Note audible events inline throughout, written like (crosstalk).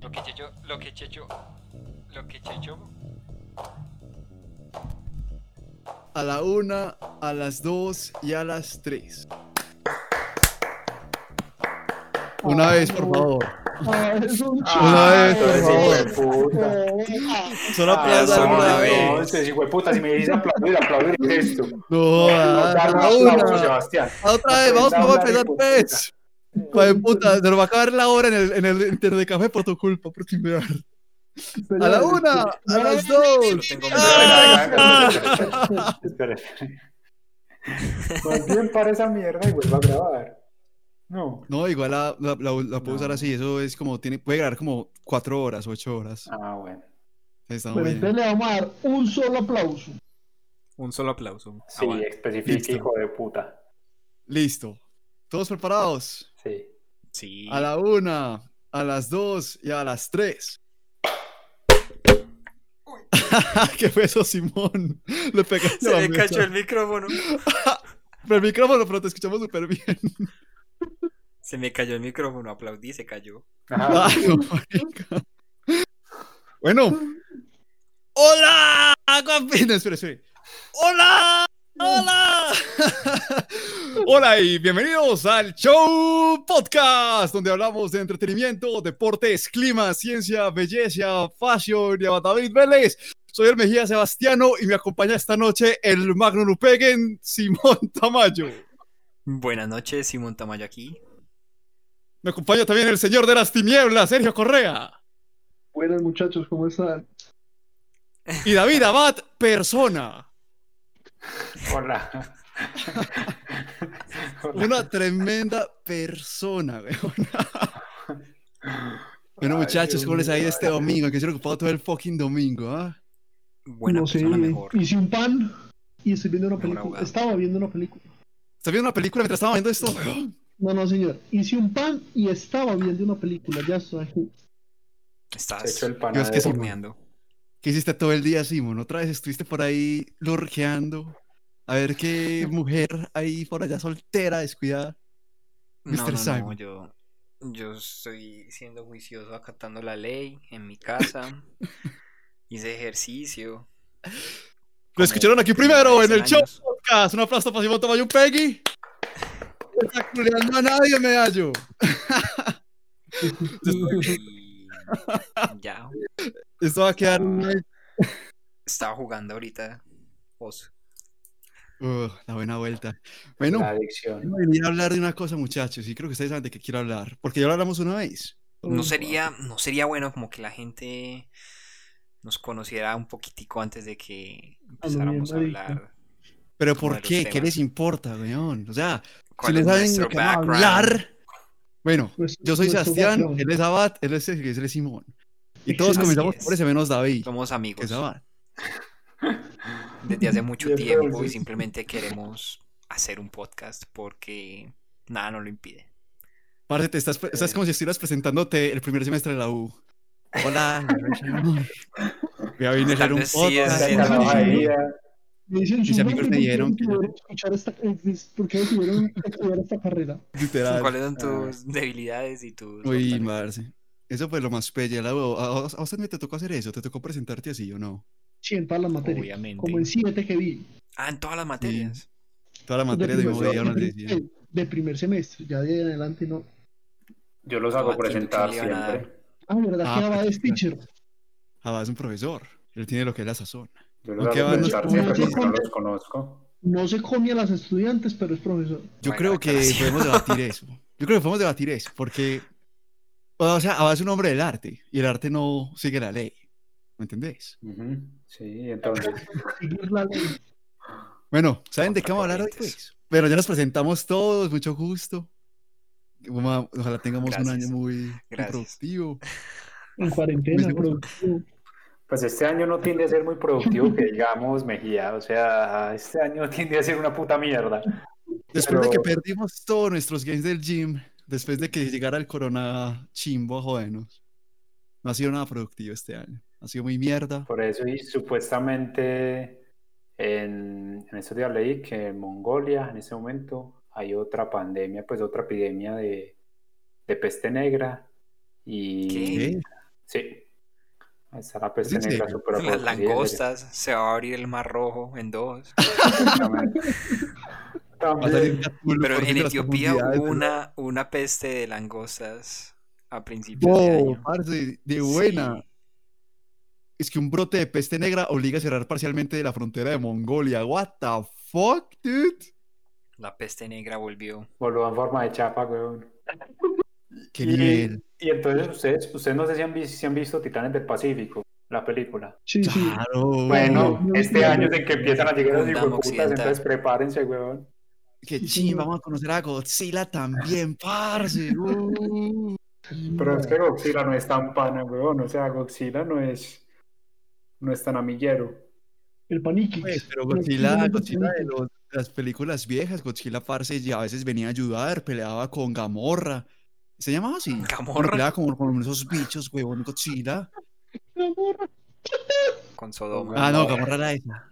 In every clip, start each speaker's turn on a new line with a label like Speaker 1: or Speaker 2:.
Speaker 1: Lo que Checho, lo que Checho, lo que Checho.
Speaker 2: A la una, a las dos y a las tres. Una
Speaker 3: Ay,
Speaker 2: vez, por
Speaker 3: no.
Speaker 2: favor.
Speaker 3: Ah, es un
Speaker 2: Una vez,
Speaker 3: chiste,
Speaker 2: por favor.
Speaker 3: es-
Speaker 4: Puta.
Speaker 3: eh,
Speaker 5: Solo
Speaker 4: Ah,
Speaker 5: aplaudan
Speaker 2: solo
Speaker 5: una
Speaker 2: una
Speaker 5: vez.
Speaker 4: Entonces, este hijo de puta, si me dices aplaudir, aplaudir el gesto.
Speaker 2: Ah, No,
Speaker 4: No,
Speaker 2: a
Speaker 4: dar
Speaker 2: a
Speaker 4: un
Speaker 2: la
Speaker 4: aplauso,
Speaker 2: una.
Speaker 4: Sebastián.
Speaker 2: A otra vez, vamos, vamos a empezar tres. Joder, puta, se nos va a acabar la hora en el, en el Inter de Café por tu culpa, por tu mirar. A la una, a las
Speaker 5: No
Speaker 2: dos.
Speaker 5: tengo miedo.
Speaker 4: Venga, venga, espera, espera, espera, espera. Más bien para esa mierda y vuelva a grabar. No.
Speaker 2: No, igual la, la, la- la puedo usar así, eso es como, tiene, puede grabar como cuatro horas, ocho horas.
Speaker 4: Ah, bueno.
Speaker 2: Está
Speaker 3: Pero
Speaker 2: muy bien.
Speaker 3: entonces le vamos a dar un solo aplauso.
Speaker 5: Un solo aplauso.
Speaker 4: Sí,
Speaker 5: Aguanta.
Speaker 4: especifique,
Speaker 2: Listo.
Speaker 4: hijo de puta.
Speaker 2: Listo. ¿Todos preparados?
Speaker 4: Sí.
Speaker 5: Sí.
Speaker 2: A la una, a las dos y a las tres. (laughs) ¿Qué fue eso, Simón? Le pegaste
Speaker 5: Se
Speaker 2: a la
Speaker 5: le
Speaker 2: mesa.
Speaker 5: cachó el micrófono.
Speaker 2: Pero el micrófono, pero te escuchamos súper bien.
Speaker 5: (laughs) Se me cayó el micrófono, aplaudí, se cayó.
Speaker 4: Ajá.
Speaker 2: Ay, no, marica. Bueno. ¡Hola! guapi- No, espere, espere. ¡Hola! ¡Hola! Hola y bienvenidos al Show Podcast, donde hablamos de entretenimiento, deportes, clima, ciencia, belleza, fashion y a David Vélez. Soy el Mejía Sebastiano y me acompaña esta noche el Magno Lupeguen Simón (laughs) Tamayo.
Speaker 5: Buenas noches, Simón Tamayo aquí.
Speaker 2: Me acompaña también el señor de las tinieblas, Sergio Correa.
Speaker 3: Buenas muchachos, ¿cómo están?
Speaker 2: Y David Abad, persona.
Speaker 4: Hola. Hola.
Speaker 2: Una tremenda persona, (laughs) weón. Bueno,
Speaker 4: Ay,
Speaker 2: muchachos,
Speaker 4: Dios
Speaker 2: ¿cómo les ha
Speaker 4: mío,
Speaker 2: ido este
Speaker 4: ay,
Speaker 2: domingo? Que se lo ocupado todo el fucking domingo, ¿ah?
Speaker 5: Buena
Speaker 3: no sé,
Speaker 5: persona mejor.
Speaker 3: hice un pan y estoy viendo una
Speaker 5: Mejor
Speaker 3: película.
Speaker 5: abogado.
Speaker 3: Estaba viendo una película.
Speaker 2: ¿Estás viendo una película mientras estaba viendo esto?
Speaker 3: No, no, señor. Hice un pan y estaba viendo una película. Ya estoy aquí.
Speaker 4: Se
Speaker 5: Estás
Speaker 4: echó el
Speaker 2: Dios, que
Speaker 4: panadero.
Speaker 2: sí.
Speaker 5: horneando.
Speaker 2: ¿Qué hiciste todo el día, Simón? ¿Otra vez estuviste por ahí lorqueando? A ver qué mujer ahí por allá soltera, descuidada.
Speaker 5: No,
Speaker 2: Mr.
Speaker 5: no, no,
Speaker 2: Simon.
Speaker 5: yo, yo estoy siendo juicioso acatando la ley en mi
Speaker 2: (laughs)
Speaker 5: casa. Hice ejercicio.
Speaker 2: Lo
Speaker 5: Como
Speaker 2: escucharon aquí
Speaker 5: tenía
Speaker 2: primero en el
Speaker 5: 10
Speaker 2: show
Speaker 5: años.
Speaker 2: podcast. Un aplauso para Simón Tamayo Peggy. No está culeando a nadie, medallo.
Speaker 5: Y ya,
Speaker 2: Esto va a quedar... en el-
Speaker 5: estaba jugando ahorita. Oso.
Speaker 2: Uh, la buena vuelta. Bueno,
Speaker 4: La adicción.
Speaker 2: Quiero venir a hablar de una cosa, muchachos, y creo que ustedes saben de qué quiero hablar, porque ya lo hablamos una vez.
Speaker 5: No sería, no sería bueno como que la gente nos conociera un poquitico antes de que empezáramos a
Speaker 3: mierda,
Speaker 5: hablar. Como
Speaker 2: Pero
Speaker 5: de
Speaker 2: ¿por
Speaker 5: los
Speaker 2: qué? ¿Qué
Speaker 5: temas.
Speaker 2: les importa, weón? O sea, si
Speaker 5: cuál
Speaker 2: les
Speaker 5: es
Speaker 2: saben
Speaker 5: nuestro
Speaker 2: de qué van a
Speaker 5: background.
Speaker 2: hablar. Bueno,
Speaker 3: Pues,
Speaker 2: yo soy
Speaker 3: nuestro
Speaker 2: Sebastián,
Speaker 3: background.
Speaker 2: él es Abad, él es Sergio, él es Simón.
Speaker 5: (laughs)
Speaker 2: Y todos
Speaker 5: Así
Speaker 2: comenzamos
Speaker 5: es.
Speaker 2: por ese menos David,
Speaker 5: Somos
Speaker 2: que
Speaker 5: amigos
Speaker 2: es Abad.
Speaker 5: desde
Speaker 2: (laughs)
Speaker 5: hace mucho
Speaker 4: Ya
Speaker 5: tiempo y
Speaker 4: sabes.
Speaker 5: simplemente queremos hacer un podcast porque nada nos lo impide.
Speaker 2: Parce, te estás, estás como si estuvieras presentándote el primer semestre de la U. Hola, (laughs) ya vine a hacer
Speaker 5: Tal
Speaker 2: un
Speaker 5: vez sí
Speaker 2: podcast.
Speaker 5: es-
Speaker 4: Esta
Speaker 5: sí,
Speaker 4: es la
Speaker 3: sí, sí.
Speaker 4: bajadilla.
Speaker 3: Me dicen
Speaker 2: Mis
Speaker 3: sus
Speaker 2: amigos me
Speaker 3: nombres, ¿por qué
Speaker 2: dijeron que yo-
Speaker 3: decidieron escuchar esta, eh, ¿Por qué decidieron estudiar esta carrera?
Speaker 2: Literal.
Speaker 5: ¿Cuáles son tus debilidades y tus
Speaker 2: Uy,
Speaker 5: fortalezas?
Speaker 2: Marce. Eso fue lo más pelle. la- ¿A a- a usted me te tocó hacer eso? ¿Te tocó presentarte así o no?
Speaker 3: Sí, en todas las materias.
Speaker 5: Obviamente.
Speaker 3: Como en siete que vi.
Speaker 5: Ah, en todas las materias.
Speaker 2: Toda la materia de mi
Speaker 3: Pues primer-
Speaker 2: modelo nos decía.
Speaker 3: primer- de primer semestre, ya de ahí en adelante no.
Speaker 4: Yo los
Speaker 5: No,
Speaker 4: hago
Speaker 5: a ti no te
Speaker 4: presentar
Speaker 5: le iban a dar.
Speaker 4: siempre.
Speaker 3: Ah, ¿verdad
Speaker 2: Ah,
Speaker 3: que Abad
Speaker 2: pues,
Speaker 3: es teacher?
Speaker 2: Abad es "Ah, un profesor. Él tiene lo que es la sazón.
Speaker 4: Yo los
Speaker 2: Aunque
Speaker 4: hago
Speaker 2: van los
Speaker 4: presentar
Speaker 3: como
Speaker 4: siempre
Speaker 3: así
Speaker 4: porque no
Speaker 3: con-
Speaker 4: los conozco.
Speaker 3: No se come a las estudiantes, pero es profesor.
Speaker 2: Yo
Speaker 5: Buena
Speaker 2: creo que
Speaker 5: declaración.
Speaker 2: podemos debatir eso. Yo creo que podemos debatir eso porque, o sea, Abad es un hombre del arte y el arte no sigue la ley. ¿Me entendés?
Speaker 4: Ujú, Sí, entonces.
Speaker 3: Seguir la ley.
Speaker 2: Bueno, ¿saben de qué vamos a hablar hoy?
Speaker 5: Contracorrientes.
Speaker 2: Pues? Bueno, ya nos presentamos todos, mucho gusto. Oma- Ojalá tengamos un
Speaker 5: Gracias.
Speaker 2: año muy
Speaker 5: Gracias.
Speaker 2: productivo.
Speaker 3: En cuarentena,
Speaker 2: Muy
Speaker 3: productivo.
Speaker 4: Pues este año no tiende a ser muy productivo, que digamos, Mejía. O sea, este año (laughs) tiende a ser una puta mierda.
Speaker 2: Después de que
Speaker 4: Pero-
Speaker 2: perdimos todos nuestros games del gym, después de que llegara el corona chimbo a jodernos, no ha sido nada productivo este año. Ha sido muy mierda.
Speaker 4: Por eso, y supuestamente en, en estos días leí que en Mongolia en ese momento hay otra pandemia, pues otra epidemia de, de peste negra. Y
Speaker 5: ¿Qué?
Speaker 2: ¿Qué?
Speaker 4: Sí. Está la peste
Speaker 2: ¿Es en
Speaker 4: negra
Speaker 2: serio?
Speaker 4: súper
Speaker 5: Las
Speaker 4: apodrecida, en serio.
Speaker 5: langostas, se va a abrir el mar rojo en dos.
Speaker 4: Exactamente.
Speaker 2: (laughs) Va a salir
Speaker 4: También.
Speaker 2: Cthulhu
Speaker 5: Pero
Speaker 2: por
Speaker 5: en
Speaker 2: dentro de las
Speaker 5: Etiopía
Speaker 2: profundidades
Speaker 5: hubo
Speaker 2: del-
Speaker 5: una, una peste de langostas a principios de
Speaker 2: Wow,
Speaker 5: año.
Speaker 2: parce, de buena.
Speaker 5: Sí.
Speaker 2: Es que un brote de peste negra obliga a cerrar parcialmente la frontera de Mongolia. What the fuck, dude?
Speaker 5: La peste negra volvió.
Speaker 4: Volvió en forma de chapa, weón.
Speaker 2: Qué
Speaker 4: Y-
Speaker 2: nivel.
Speaker 4: Y entonces ustedes, ustedes no sé si han, vis- si han visto Titanes del Pacífico, la película.
Speaker 3: Sí, sí.
Speaker 2: Claro.
Speaker 4: Bueno,
Speaker 3: no,
Speaker 4: este
Speaker 3: no,
Speaker 4: año es
Speaker 3: no.
Speaker 4: en que empiezan a llegar los
Speaker 5: Gundam
Speaker 4: hijos putas,
Speaker 5: occidental.
Speaker 4: entonces prepárense, weón.
Speaker 2: Qué
Speaker 3: Sí,
Speaker 2: ching,
Speaker 3: señor.
Speaker 2: vamos a conocer a Godzilla también, parce. Uh.
Speaker 4: Pero es que Godzilla no es tan pana, weón. O sea, Godzilla no es, no es tan amiguero.
Speaker 3: El paniquix.
Speaker 2: Pues, pero Godzilla, Godzilla de, los- de las películas viejas, Godzilla parce ya a veces venía a ayudar, peleaba con Gamorra. ¿Se llamaba así? Bueno,
Speaker 5: Camorra
Speaker 2: peleaba como con esos bichos, huevón, Godzilla.
Speaker 3: No, morra.
Speaker 5: con Sodoma.
Speaker 2: Ah, no, Gamorra era esa.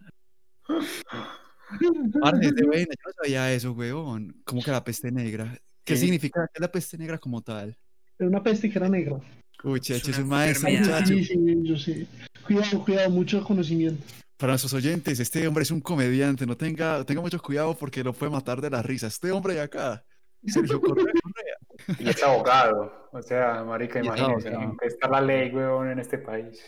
Speaker 2: Parce, es de buena, yo no sabía eso, huevón. Como que la peste negra. ¿Qué
Speaker 4: Sí.
Speaker 2: significa ¿Qué es la peste negra como tal?
Speaker 3: Era una peste que era negra.
Speaker 2: Uy, checho,
Speaker 5: una
Speaker 2: es un maestro,
Speaker 5: enfermedad.
Speaker 2: muchacho.
Speaker 3: Sí, sí, yo sé. Cuidado, cuidado, mucho conocimiento.
Speaker 2: Para nuestros oyentes, este hombre es un comediante, no tenga, tenga mucho cuidado porque lo puede matar de la risa. Este hombre de acá, Sergio Correa,
Speaker 4: Y es abogado. O sea, marica,
Speaker 2: Y es
Speaker 4: imagínense
Speaker 2: abogado.
Speaker 4: ¿no? que está la ley, weón, en este país.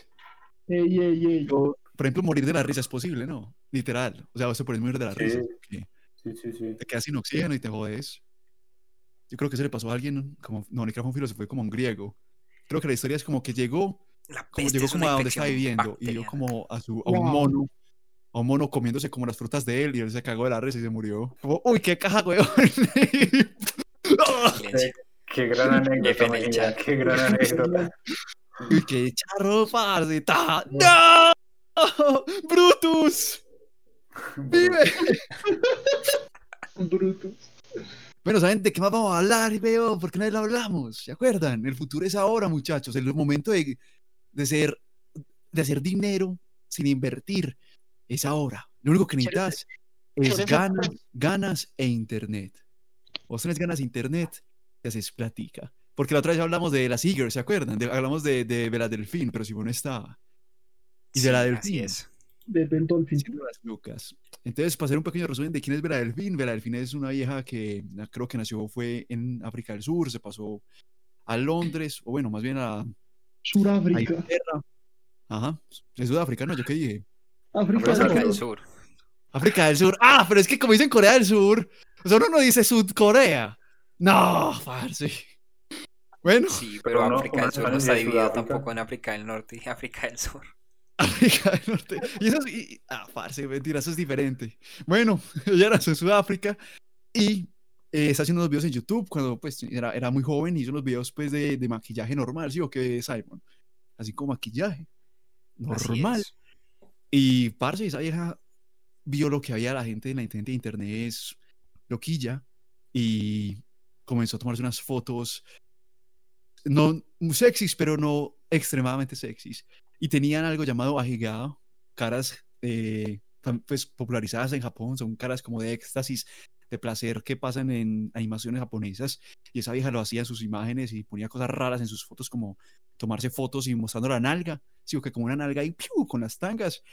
Speaker 3: Ey, ey, ey.
Speaker 2: por ejemplo, morir de la risa es posible, ¿no? Literal. O sea, vos te puedes morir de la
Speaker 4: Sí.
Speaker 2: risa. porque
Speaker 4: Sí, sí, sí.
Speaker 2: Te quedas sin oxígeno y te jodes. Yo creo que eso le pasó a alguien, como, no, ni que era un filósofo, fue como un griego. Creo que la historia es como que llegó,
Speaker 5: La
Speaker 2: como,
Speaker 5: peste
Speaker 2: llegó
Speaker 5: es
Speaker 2: como
Speaker 5: una
Speaker 2: a donde estaba
Speaker 5: infección
Speaker 2: viviendo y vio
Speaker 5: bacteriana.
Speaker 2: como a, su, a un
Speaker 3: Wow.
Speaker 2: mono, a un mono comiéndose como las frutas de él y él se cagó de la risa y se murió. Como, uy, qué caja, weón. (laughs) ¡Ah!
Speaker 5: Silencio.
Speaker 4: Qué gran anécdota,
Speaker 5: Jefe en el
Speaker 4: marica.
Speaker 5: chat.
Speaker 4: Qué gran anécdota.
Speaker 2: Uy, qué charro, parce. ta- ¡No! ¡Brutus! ¡Vive!
Speaker 3: Bruto.
Speaker 2: Bueno, ¿saben de qué más vamos a hablar? Veo, porque nadie lo hablamos. ¿Se acuerdan? El futuro es ahora, muchachos. El momento de, de, ser, de hacer dinero sin invertir es ahora. Lo único que necesitas
Speaker 3: por
Speaker 2: es
Speaker 3: eso-
Speaker 2: ganas, ganas e internet. Vos tenés ganas de internet, te haces platica. Porque la otra vez hablamos de las Eagers, ¿se acuerdan? De- hablamos de, de, Vela Delfín, pero si vos no estaba. Y de
Speaker 5: Sí,
Speaker 2: la del
Speaker 5: así
Speaker 2: fin.
Speaker 5: es.
Speaker 3: Desde el Dolphin.
Speaker 2: Haciendo las lucas. Entonces, para hacer un pequeño resumen de quién es Vera Delfín, Vera Delfín es una vieja que na- creo que nació, fue en África del Sur, se pasó a Londres, o bueno, más bien a, a
Speaker 3: Suráfrica.
Speaker 2: Inglaterra. Ajá, es Sudáfrica, ¿no? ¿Yo qué dije?
Speaker 3: África.
Speaker 2: pues
Speaker 5: África
Speaker 4: Pero África
Speaker 3: del
Speaker 5: del
Speaker 3: Sur.
Speaker 5: Sur.
Speaker 2: África del Sur. Ah, pero es que como dicen Corea del Sur, o sea, uno no dice Sudcorea. No, parce. Bueno,
Speaker 5: Sí, pero
Speaker 4: no,
Speaker 5: África del
Speaker 4: una
Speaker 5: Sur no
Speaker 4: colonia
Speaker 5: está
Speaker 4: de
Speaker 5: dividida
Speaker 4: Sudáfrica.
Speaker 5: tampoco en África del Norte y África del Sur.
Speaker 2: África del Norte. Y eso es. y- y- ah, parce, mentira, eso es diferente. Bueno, (laughs) ella nació en Sudáfrica y eh, está haciendo unos videos en YouTube cuando pues era, era muy joven y hizo unos videos pues de, de maquillaje normal, ¿sí o qué, Simon? Así como maquillaje
Speaker 5: Así
Speaker 2: normal.
Speaker 5: es.
Speaker 2: Y parce, esa vieja vio lo que había la gente en la gente de internet es loquilla y comenzó a tomarse unas fotos no sexys, pero no extremadamente sexys. Y tenían algo llamado ajigao, caras eh, tan, pues, popularizadas en Japón, son caras como de éxtasis, de placer que pasan en animaciones japonesas. Y esa vieja lo hacía en sus imágenes y ponía cosas raras en sus fotos como tomarse fotos y mostrando la nalga, sino que como una nalga ahí ¡piu! con las tangas,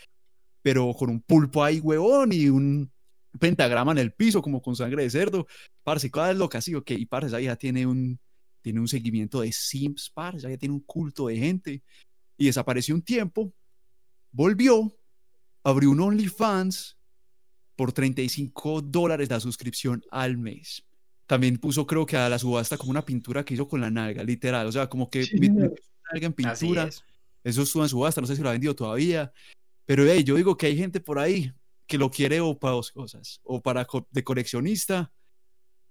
Speaker 2: pero con un pulpo ahí, huevón, y un pentagrama en el piso, como con sangre de cerdo. Parce, cada vez loca, sí, ok. Y parce, esa vieja tiene un, tiene un seguimiento de Sims, parce, esa vieja tiene un culto de gente. Y desapareció un tiempo, volvió, abrió un OnlyFans por 35 dólares la suscripción al mes. También puso, creo que a la subasta como una pintura que hizo con la nalga, literal. O sea, como que
Speaker 3: Sí,
Speaker 2: mi-
Speaker 3: señor.
Speaker 2: mi- nalga en
Speaker 5: Así
Speaker 2: pintura.
Speaker 5: es.
Speaker 2: Eso estuvo en subasta, no sé si lo ha vendido todavía. Pero hey, yo digo que hay gente por ahí que lo quiere o para dos cosas, o para co- de coleccionista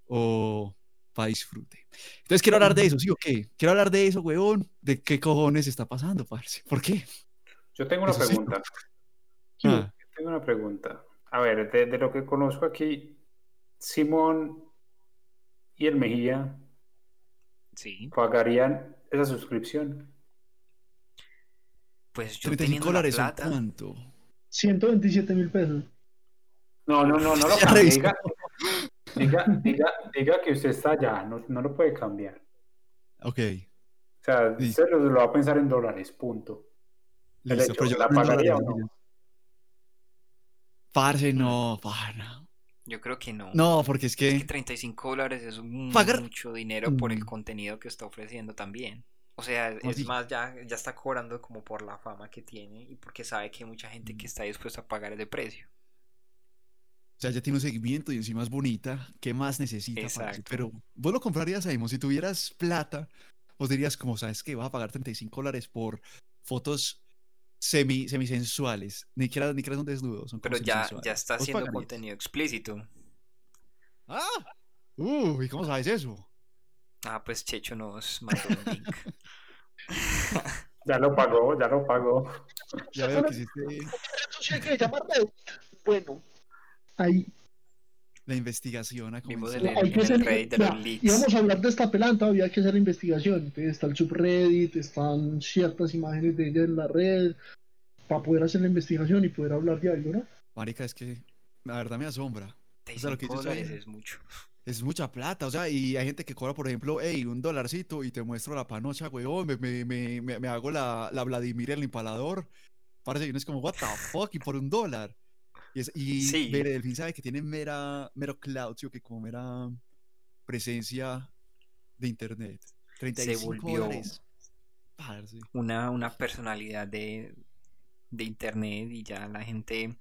Speaker 2: o para disfrute. Entonces quiero hablar de eso, ¿sí o qué? Quiero hablar de eso, weón. ¿De qué cojones está pasando, parce? ¿Por qué?
Speaker 4: Yo tengo una
Speaker 2: Eso sí.
Speaker 4: pregunta.
Speaker 2: Ah,
Speaker 4: Tengo una pregunta. A ver, de, de lo que conozco aquí, Simón y el Mejía
Speaker 5: Sí.
Speaker 4: pagarían esa suscripción.
Speaker 5: Pues yo
Speaker 2: 35
Speaker 5: teniendo la
Speaker 2: dólares, ¿son
Speaker 5: plata.
Speaker 2: ¿cuánto?
Speaker 3: 127 mil pesos.
Speaker 4: No, no, no,
Speaker 2: (laughs)
Speaker 4: no lo
Speaker 2: Ya
Speaker 4: cambie.
Speaker 2: revisó.
Speaker 4: Diga, diga, diga, diga que usted está allá, no, no lo puede cambiar.
Speaker 2: Ok.
Speaker 4: O sea,
Speaker 2: Sí.
Speaker 4: usted lo lo va a pensar en dólares, punto. El
Speaker 2: Listo,
Speaker 4: hecho,
Speaker 2: pero yo
Speaker 4: ¿la
Speaker 2: también
Speaker 4: pagaría
Speaker 2: lo
Speaker 4: o
Speaker 2: haría. Parce, no, par, no.
Speaker 5: Yo creo que no.
Speaker 2: No, porque es
Speaker 5: Es que
Speaker 2: que.
Speaker 5: 35 dólares es mu-
Speaker 2: Pagar-
Speaker 5: mucho dinero por el
Speaker 2: Mm.
Speaker 5: contenido que está ofreciendo también. O sea, es
Speaker 2: sí.
Speaker 5: más, ya, ya está cobrando como por la fama que tiene y porque sabe que hay mucha gente
Speaker 2: Mm.
Speaker 5: que está dispuesta a pagar ese precio.
Speaker 2: O sea, ya tiene un seguimiento y encima es bonita. ¿Qué más necesita? parce?
Speaker 5: Exacto.
Speaker 2: Pero vos lo comprarías a Si tuvieras plata, vos dirías, como sabes que vas a pagar 35 dólares por fotos semi, semisensuales. Ni siquiera, ni siquiera son desnudos. son como
Speaker 5: Pero ya,
Speaker 2: semisensuales.
Speaker 5: ya está
Speaker 2: ¿Vos
Speaker 5: haciendo
Speaker 2: pagarías?
Speaker 5: contenido explícito.
Speaker 2: ¡Ah! ¡Uh! ¿Y cómo sabes eso?
Speaker 5: Ah, pues Checho nos mandó un
Speaker 2: (laughs)
Speaker 5: link.
Speaker 4: Ya lo pagó, ya lo pagó.
Speaker 2: Ya veo que hiciste
Speaker 3: red social que se llama Red. Bueno, ahí
Speaker 2: la investigación. a
Speaker 5: Vimos
Speaker 2: comenzar.
Speaker 5: el-
Speaker 3: hay que
Speaker 5: el
Speaker 3: ser.
Speaker 5: rey de
Speaker 3: o sea,
Speaker 5: los leaks.
Speaker 3: íbamos a hablar de esta pelada, todavía hay que hacer investigación. Entonces está el subreddit, están ciertas imágenes de ella en la red para poder hacer la investigación y poder hablar de algo, ¿no?
Speaker 2: Marica, es que la verdad me asombra. O sea, lo que
Speaker 5: 35
Speaker 2: yo sabía.
Speaker 5: dólares es mucho.
Speaker 2: Es mucha plata, o sea, y hay gente que cobra, por ejemplo, hey, un dolarcito y te muestro la panocha, weón, me, me, me, me, me hago la, la Vladimir el impalador. Parece que uno es como, what the fuck, y por un dólar. Y, es, y
Speaker 5: Sí.
Speaker 2: Bere Delfín sabe que tiene mera, mero clout, tío, que como mera presencia de internet. 35
Speaker 5: volvió-
Speaker 2: dólares. Parce.
Speaker 5: una, una personalidad de, de internet y ya la gente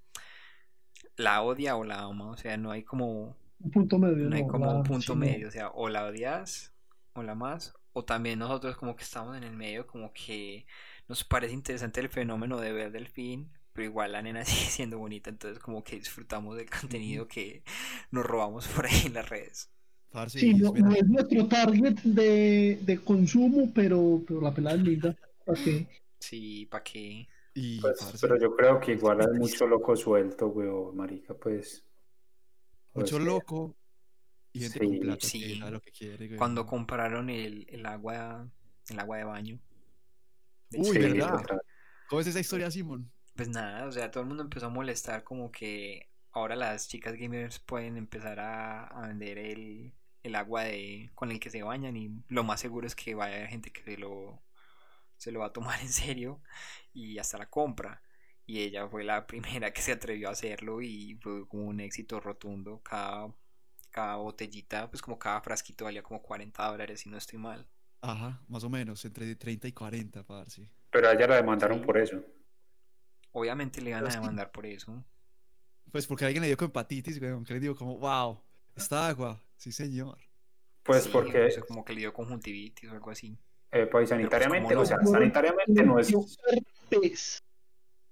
Speaker 5: la odia o la ama. O sea, no hay como,
Speaker 3: Un punto medio.
Speaker 5: no hay como un
Speaker 3: La-
Speaker 5: punto
Speaker 3: sí, no.
Speaker 5: medio. O sea, o la odias o la amas. O también nosotros como que estamos en el medio, como que nos parece interesante el fenómeno de ver delfín. Pero igual la nena (laughs) sigue siendo bonita, entonces como que disfrutamos del contenido que nos robamos (laughs) por ahí en las redes.
Speaker 2: Parce,
Speaker 3: Sí,
Speaker 2: y es
Speaker 3: no,
Speaker 2: mera-
Speaker 3: no es nuestro target de, de consumo, pero, pero la pelada es linda. ¿Para qué?
Speaker 5: Sí, ¿para qué?
Speaker 2: y,
Speaker 4: Pues,
Speaker 2: parce, Pues.
Speaker 4: pero yo creo que igual hay mucho loco suelto, weón, marica, pues.
Speaker 2: mucho
Speaker 4: Pues,
Speaker 2: loco y gente con
Speaker 4: Sí,
Speaker 2: plata que
Speaker 5: sí.
Speaker 2: sabe lo que quiere, weón.
Speaker 5: Cuando compraron el, el agua el agua de baño. del
Speaker 2: Uy,
Speaker 4: sí,
Speaker 5: Chile,
Speaker 2: ¿verdad?
Speaker 4: total.
Speaker 2: ¿Cómo es esa historia, Simón?
Speaker 5: Pues nada, o sea, todo el mundo empezó a molestar como que ahora las chicas gamers pueden empezar a, a vender el, el agua de, con el que se bañan y lo más seguro es que va a haber gente que se lo, se lo va a tomar en serio y hasta la compra. Y ella fue la (laughs) primera que se atrevió a hacerlo y fue como un éxito rotundo. Cada, cada botellita, pues como cada frasquito valía como 40 dólares si no estoy mal.
Speaker 2: Ajá, más o menos, entre 30 y 40, parce.
Speaker 4: Pero a ella la demandaron
Speaker 5: Sí.
Speaker 4: por eso.
Speaker 5: Obviamente le van
Speaker 2: Pero
Speaker 5: a
Speaker 2: es que-
Speaker 5: demandar por eso.
Speaker 2: Pues porque alguien le dio con hepatitis, weón, que le digo como, wow, esta agua, sí señor.
Speaker 4: Pues
Speaker 5: Sí,
Speaker 4: porque,
Speaker 5: no sé, como que le dio conjuntivitis o algo así.
Speaker 4: eh, pues, sanitariamente,
Speaker 5: ¿cómo
Speaker 4: o sea,
Speaker 3: no?
Speaker 4: sanitariamente no es.
Speaker 3: Herpes.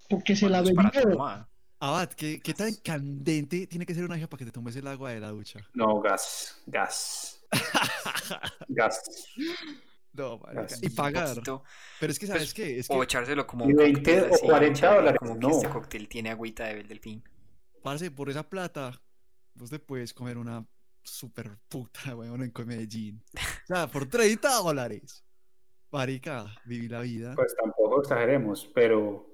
Speaker 3: Porque
Speaker 4: Pues
Speaker 3: se la
Speaker 5: Cuando es para
Speaker 3: vendieron.
Speaker 5: tomar.
Speaker 2: Abad, ¿qué, qué tan candente tiene que ser una hija para que te tomes el agua de la ducha?
Speaker 4: No, gas, gas,
Speaker 5: (laughs)
Speaker 4: gas.
Speaker 2: no, marica.
Speaker 4: Así, Pues,
Speaker 2: Y
Speaker 4: un
Speaker 2: pagar.
Speaker 5: poquito,
Speaker 2: Pero es que, ¿sabes qué? Es
Speaker 5: o
Speaker 2: que,
Speaker 5: echárselo como
Speaker 4: Y
Speaker 5: un
Speaker 4: 20
Speaker 5: cóctel
Speaker 4: o 40
Speaker 5: echarle
Speaker 4: dólares,
Speaker 5: Como
Speaker 4: no.
Speaker 5: que este cóctel tiene agüita de Bel Delfín.
Speaker 2: parce, por esa plata, vos te puedes comer una super puta, (laughs) weón, en Medellín. O sea, por 30 dólares. Marica, viví la vida.
Speaker 4: Pues tampoco exageremos, pero,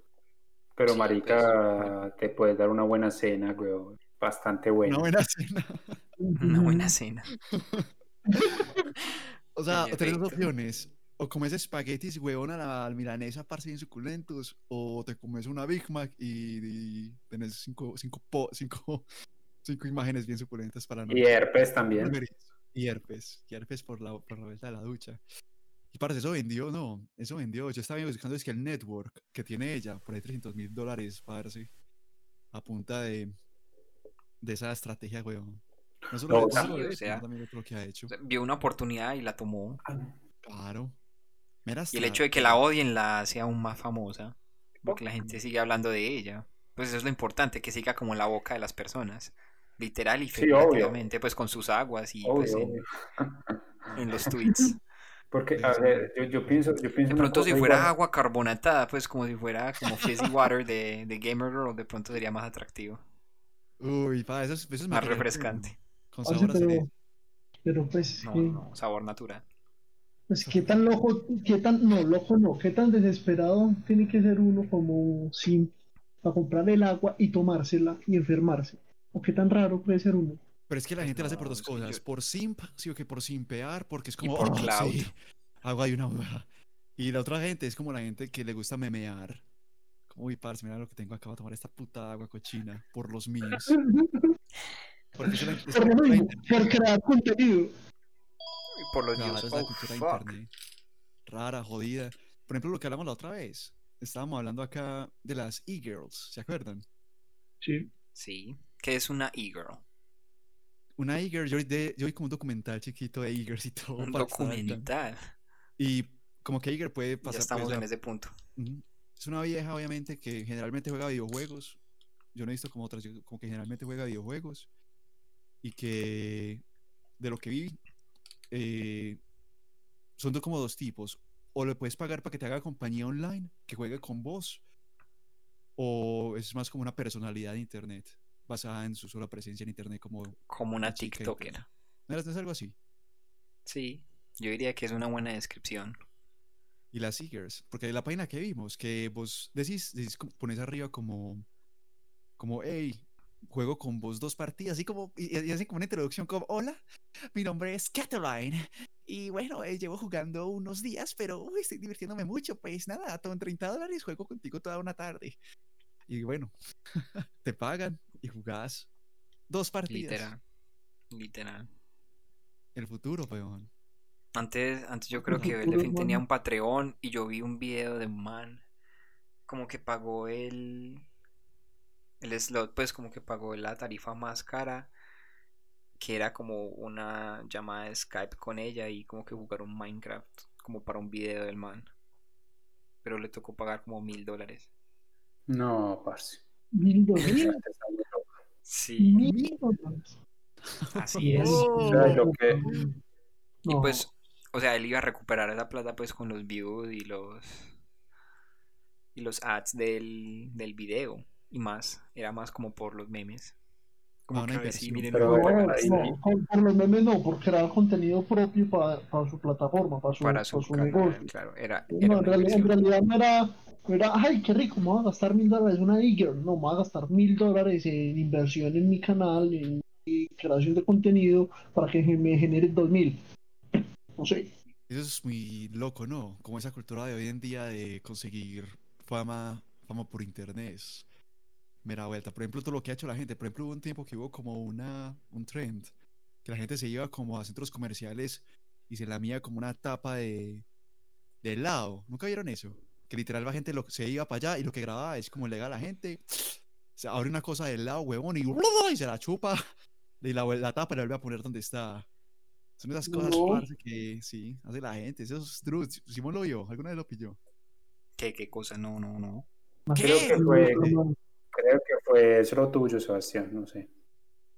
Speaker 4: pero
Speaker 5: Sí, pues,
Speaker 4: marica, te puedes dar una buena cena, weón. Bastante buena.
Speaker 2: Una buena cena.
Speaker 5: Una buena cena.
Speaker 2: O sea,
Speaker 5: En
Speaker 2: tenés dos
Speaker 5: efecto.
Speaker 2: opciones. O comes espaguetis, huevón, a la al milanesa, parce, bien suculentos. O te comes una Big Mac y, y tenés cinco, cinco, po- cinco, (laughs) cinco imágenes bien suculentas para no.
Speaker 4: Y herpes también.
Speaker 2: Y herpes. Y herpes por la, por la vuelta de la ducha. Y parce, eso vendió, no. Eso vendió. Yo estaba buscando, es que el network que tiene ella, por ahí 300 mil dólares, parce. A punta de, de esa estrategia, huevón. No solo
Speaker 4: No,
Speaker 2: de- no
Speaker 4: sí,
Speaker 2: solo de
Speaker 5: o
Speaker 2: eso, sino
Speaker 5: sea,
Speaker 2: también de todo lo que ha hecho.
Speaker 5: O sea, Vio una oportunidad y la tomó.
Speaker 2: Claro. Mera
Speaker 5: Y el hecho de que la odien la hace aún más famosa. Porque la gente sigue hablando de ella. Pues eso es lo importante, que siga como en la boca de las personas. Literal y
Speaker 4: Sí, obvio.
Speaker 5: figurativamente, pues con sus aguas y pues
Speaker 4: Obvio,
Speaker 5: en,
Speaker 4: obvio.
Speaker 5: en los tweets.
Speaker 4: Porque, a ver, yo, yo pienso, yo pienso
Speaker 5: De
Speaker 4: una
Speaker 5: pronto
Speaker 4: (laughs) cosa
Speaker 5: si fuera
Speaker 4: igual.
Speaker 5: agua carbonatada, pues como si fuera como fizzy water de, de Gamer Girl, de pronto sería más
Speaker 2: (laughs)
Speaker 5: atractivo,
Speaker 2: Uy, pa, eso es, eso es
Speaker 5: más
Speaker 2: material
Speaker 5: refrescante.
Speaker 2: premium, Con
Speaker 3: Parce,
Speaker 2: sabor a
Speaker 3: pero,
Speaker 2: cereza.
Speaker 3: pero pues,
Speaker 5: No,
Speaker 3: que-
Speaker 5: no, no, sabor natural.
Speaker 3: pues, qué tan loco, qué tan, no, loco no, qué tan desesperado tiene que ser uno como sin para comprar el agua y tomársela y enfermarse. O qué tan raro puede ser uno.
Speaker 2: Pero es que la
Speaker 5: Pues
Speaker 2: gente lo hace por
Speaker 5: no,
Speaker 2: dos
Speaker 5: es que yo-
Speaker 2: cosas. Por simp, (laughs) sí o que por simpear, porque es
Speaker 5: Y
Speaker 2: como...
Speaker 5: por
Speaker 2: "Oh,
Speaker 5: cloud.
Speaker 2: sí, agua y una... Y la otra gente es como la gente que le gusta memear. Como, uy, parce, mira lo que tengo acá, voy a tomar esta puta agua cochina por los míos. Porque es la,
Speaker 3: (laughs)
Speaker 2: es la
Speaker 3: Por lo
Speaker 2: cultura
Speaker 3: mismo,
Speaker 2: internet.
Speaker 3: por crear contenido.
Speaker 5: Y por los
Speaker 2: Claro,
Speaker 5: views.
Speaker 2: es la
Speaker 5: Oh,
Speaker 2: cultura
Speaker 5: fuck.
Speaker 2: internet. Rara, jodida. Por ejemplo, lo que hablamos la otra vez. Estábamos hablando acá de las e-girls, ¿se acuerdan?
Speaker 3: Sí.
Speaker 5: Sí, que es una e-girl.
Speaker 2: Oh, Una e-girl, yo, vi de- yo vi como un documental chiquito de e-girls y todo.
Speaker 5: Un
Speaker 2: para que estaban hablando.
Speaker 5: documental.
Speaker 2: Y como que e-girl puede pasar
Speaker 5: Ya
Speaker 2: pues,
Speaker 5: estamos
Speaker 2: la-
Speaker 5: en ese punto.
Speaker 2: Ujú. Es una vieja, obviamente, que generalmente juega videojuegos. Yo no he visto como otras, yo- como que generalmente juega videojuegos. Y que, de lo que vi, eh, son do- como dos tipos. O le puedes pagar para que te haga compañía online, que juegue con vos. O es más como una personalidad de internet, basada en su sola presencia en internet. Como, ¿no
Speaker 5: Como una
Speaker 2: Una chica
Speaker 5: TikToker.
Speaker 2: internet. era- no es algo así?
Speaker 5: Sí, yo diría que es una buena descripción.
Speaker 2: Y las Seekers, porque la página que vimos, que vos decís, decís como- pones arriba como, como, hey, juego con vos dos partidas, así como, y, y hacen como una introducción como, hola, mi nombre es Catherine, y bueno, eh, llevo jugando unos días, pero uy, estoy divirtiéndome mucho, pues nada, en 30 dólares, juego contigo toda una tarde. Y bueno, (laughs) te pagan y jugás dos partidas.
Speaker 5: Literal. Literal.
Speaker 2: El futuro, peón.
Speaker 5: Antes, antes yo creo que
Speaker 3: Ujú,
Speaker 5: Belefin
Speaker 3: ujú.
Speaker 5: tenía un Patreon y yo vi un video de un man como que pagó el el slot, pues como que pagó la tarifa más cara que era como una llamada de Skype con ella y como que jugar un Minecraft como para un video del man. Pero le tocó pagar como mil dólares.
Speaker 4: No, parce.
Speaker 3: Mil
Speaker 4: Esa gente
Speaker 3: dólares.
Speaker 4: está muy loca.
Speaker 5: Sí,
Speaker 3: Mil dólares.
Speaker 5: así es.
Speaker 4: O sea, lo que-
Speaker 5: Oh. Y
Speaker 3: No.
Speaker 5: pues, o sea, él iba a recuperar esa plata pues con los views y los y los ads del, del video y más, era más como por los memes. Como
Speaker 2: Ah, una
Speaker 5: que sí,
Speaker 2: inversión.
Speaker 5: miren,
Speaker 4: Pero
Speaker 5: me
Speaker 3: No,
Speaker 5: pagan
Speaker 4: ahí,
Speaker 5: esto.
Speaker 3: no,
Speaker 4: ahí.
Speaker 3: por- por los memes no, por crear contenido propio para, para su plataforma, para su,
Speaker 5: para su,
Speaker 3: para su
Speaker 5: canal,
Speaker 3: negocio.
Speaker 5: claro, era,
Speaker 3: No,
Speaker 5: era una
Speaker 3: en, realidad, en
Speaker 5: inversión.
Speaker 3: realidad no era, no era, ay, qué rico, me voy a gastar mil dólares en una e-girl. No, me voy a gastar mil dólares en inversión en mi canal, en mi creación de contenido, para que gen- me genere dos mil. No sé.
Speaker 2: Eso es muy loco, ¿no? Como esa cultura de hoy en día de conseguir fama, fama por internet. Mera vuelta. Por ejemplo, todo lo que ha hecho la gente. Por ejemplo, hubo un tiempo que hubo como una, un trend. Que la gente se iba como a centros comerciales y se lamía como una tapa de, de helado. ¿Nunca vieron eso? Que literal la gente lo, se iba para allá y lo que grababa es como le da a la gente. (sniffs) Se abre una cosa de helado, huevón, y, (sniffs) y se la chupa. (sniffs) Y la, la tapa y la vuelve a poner donde está. Son esas cosas
Speaker 3: No.
Speaker 2: parce, que sí, hace la gente. Esos trucs. Simón lo vio, alguna vez lo pilló.
Speaker 5: ¿Qué, qué cosa, no, no, no.
Speaker 4: Creo
Speaker 2: ¿Qué?
Speaker 4: que fue, creo que fue eso lo tuyo, Sebastián, no sé.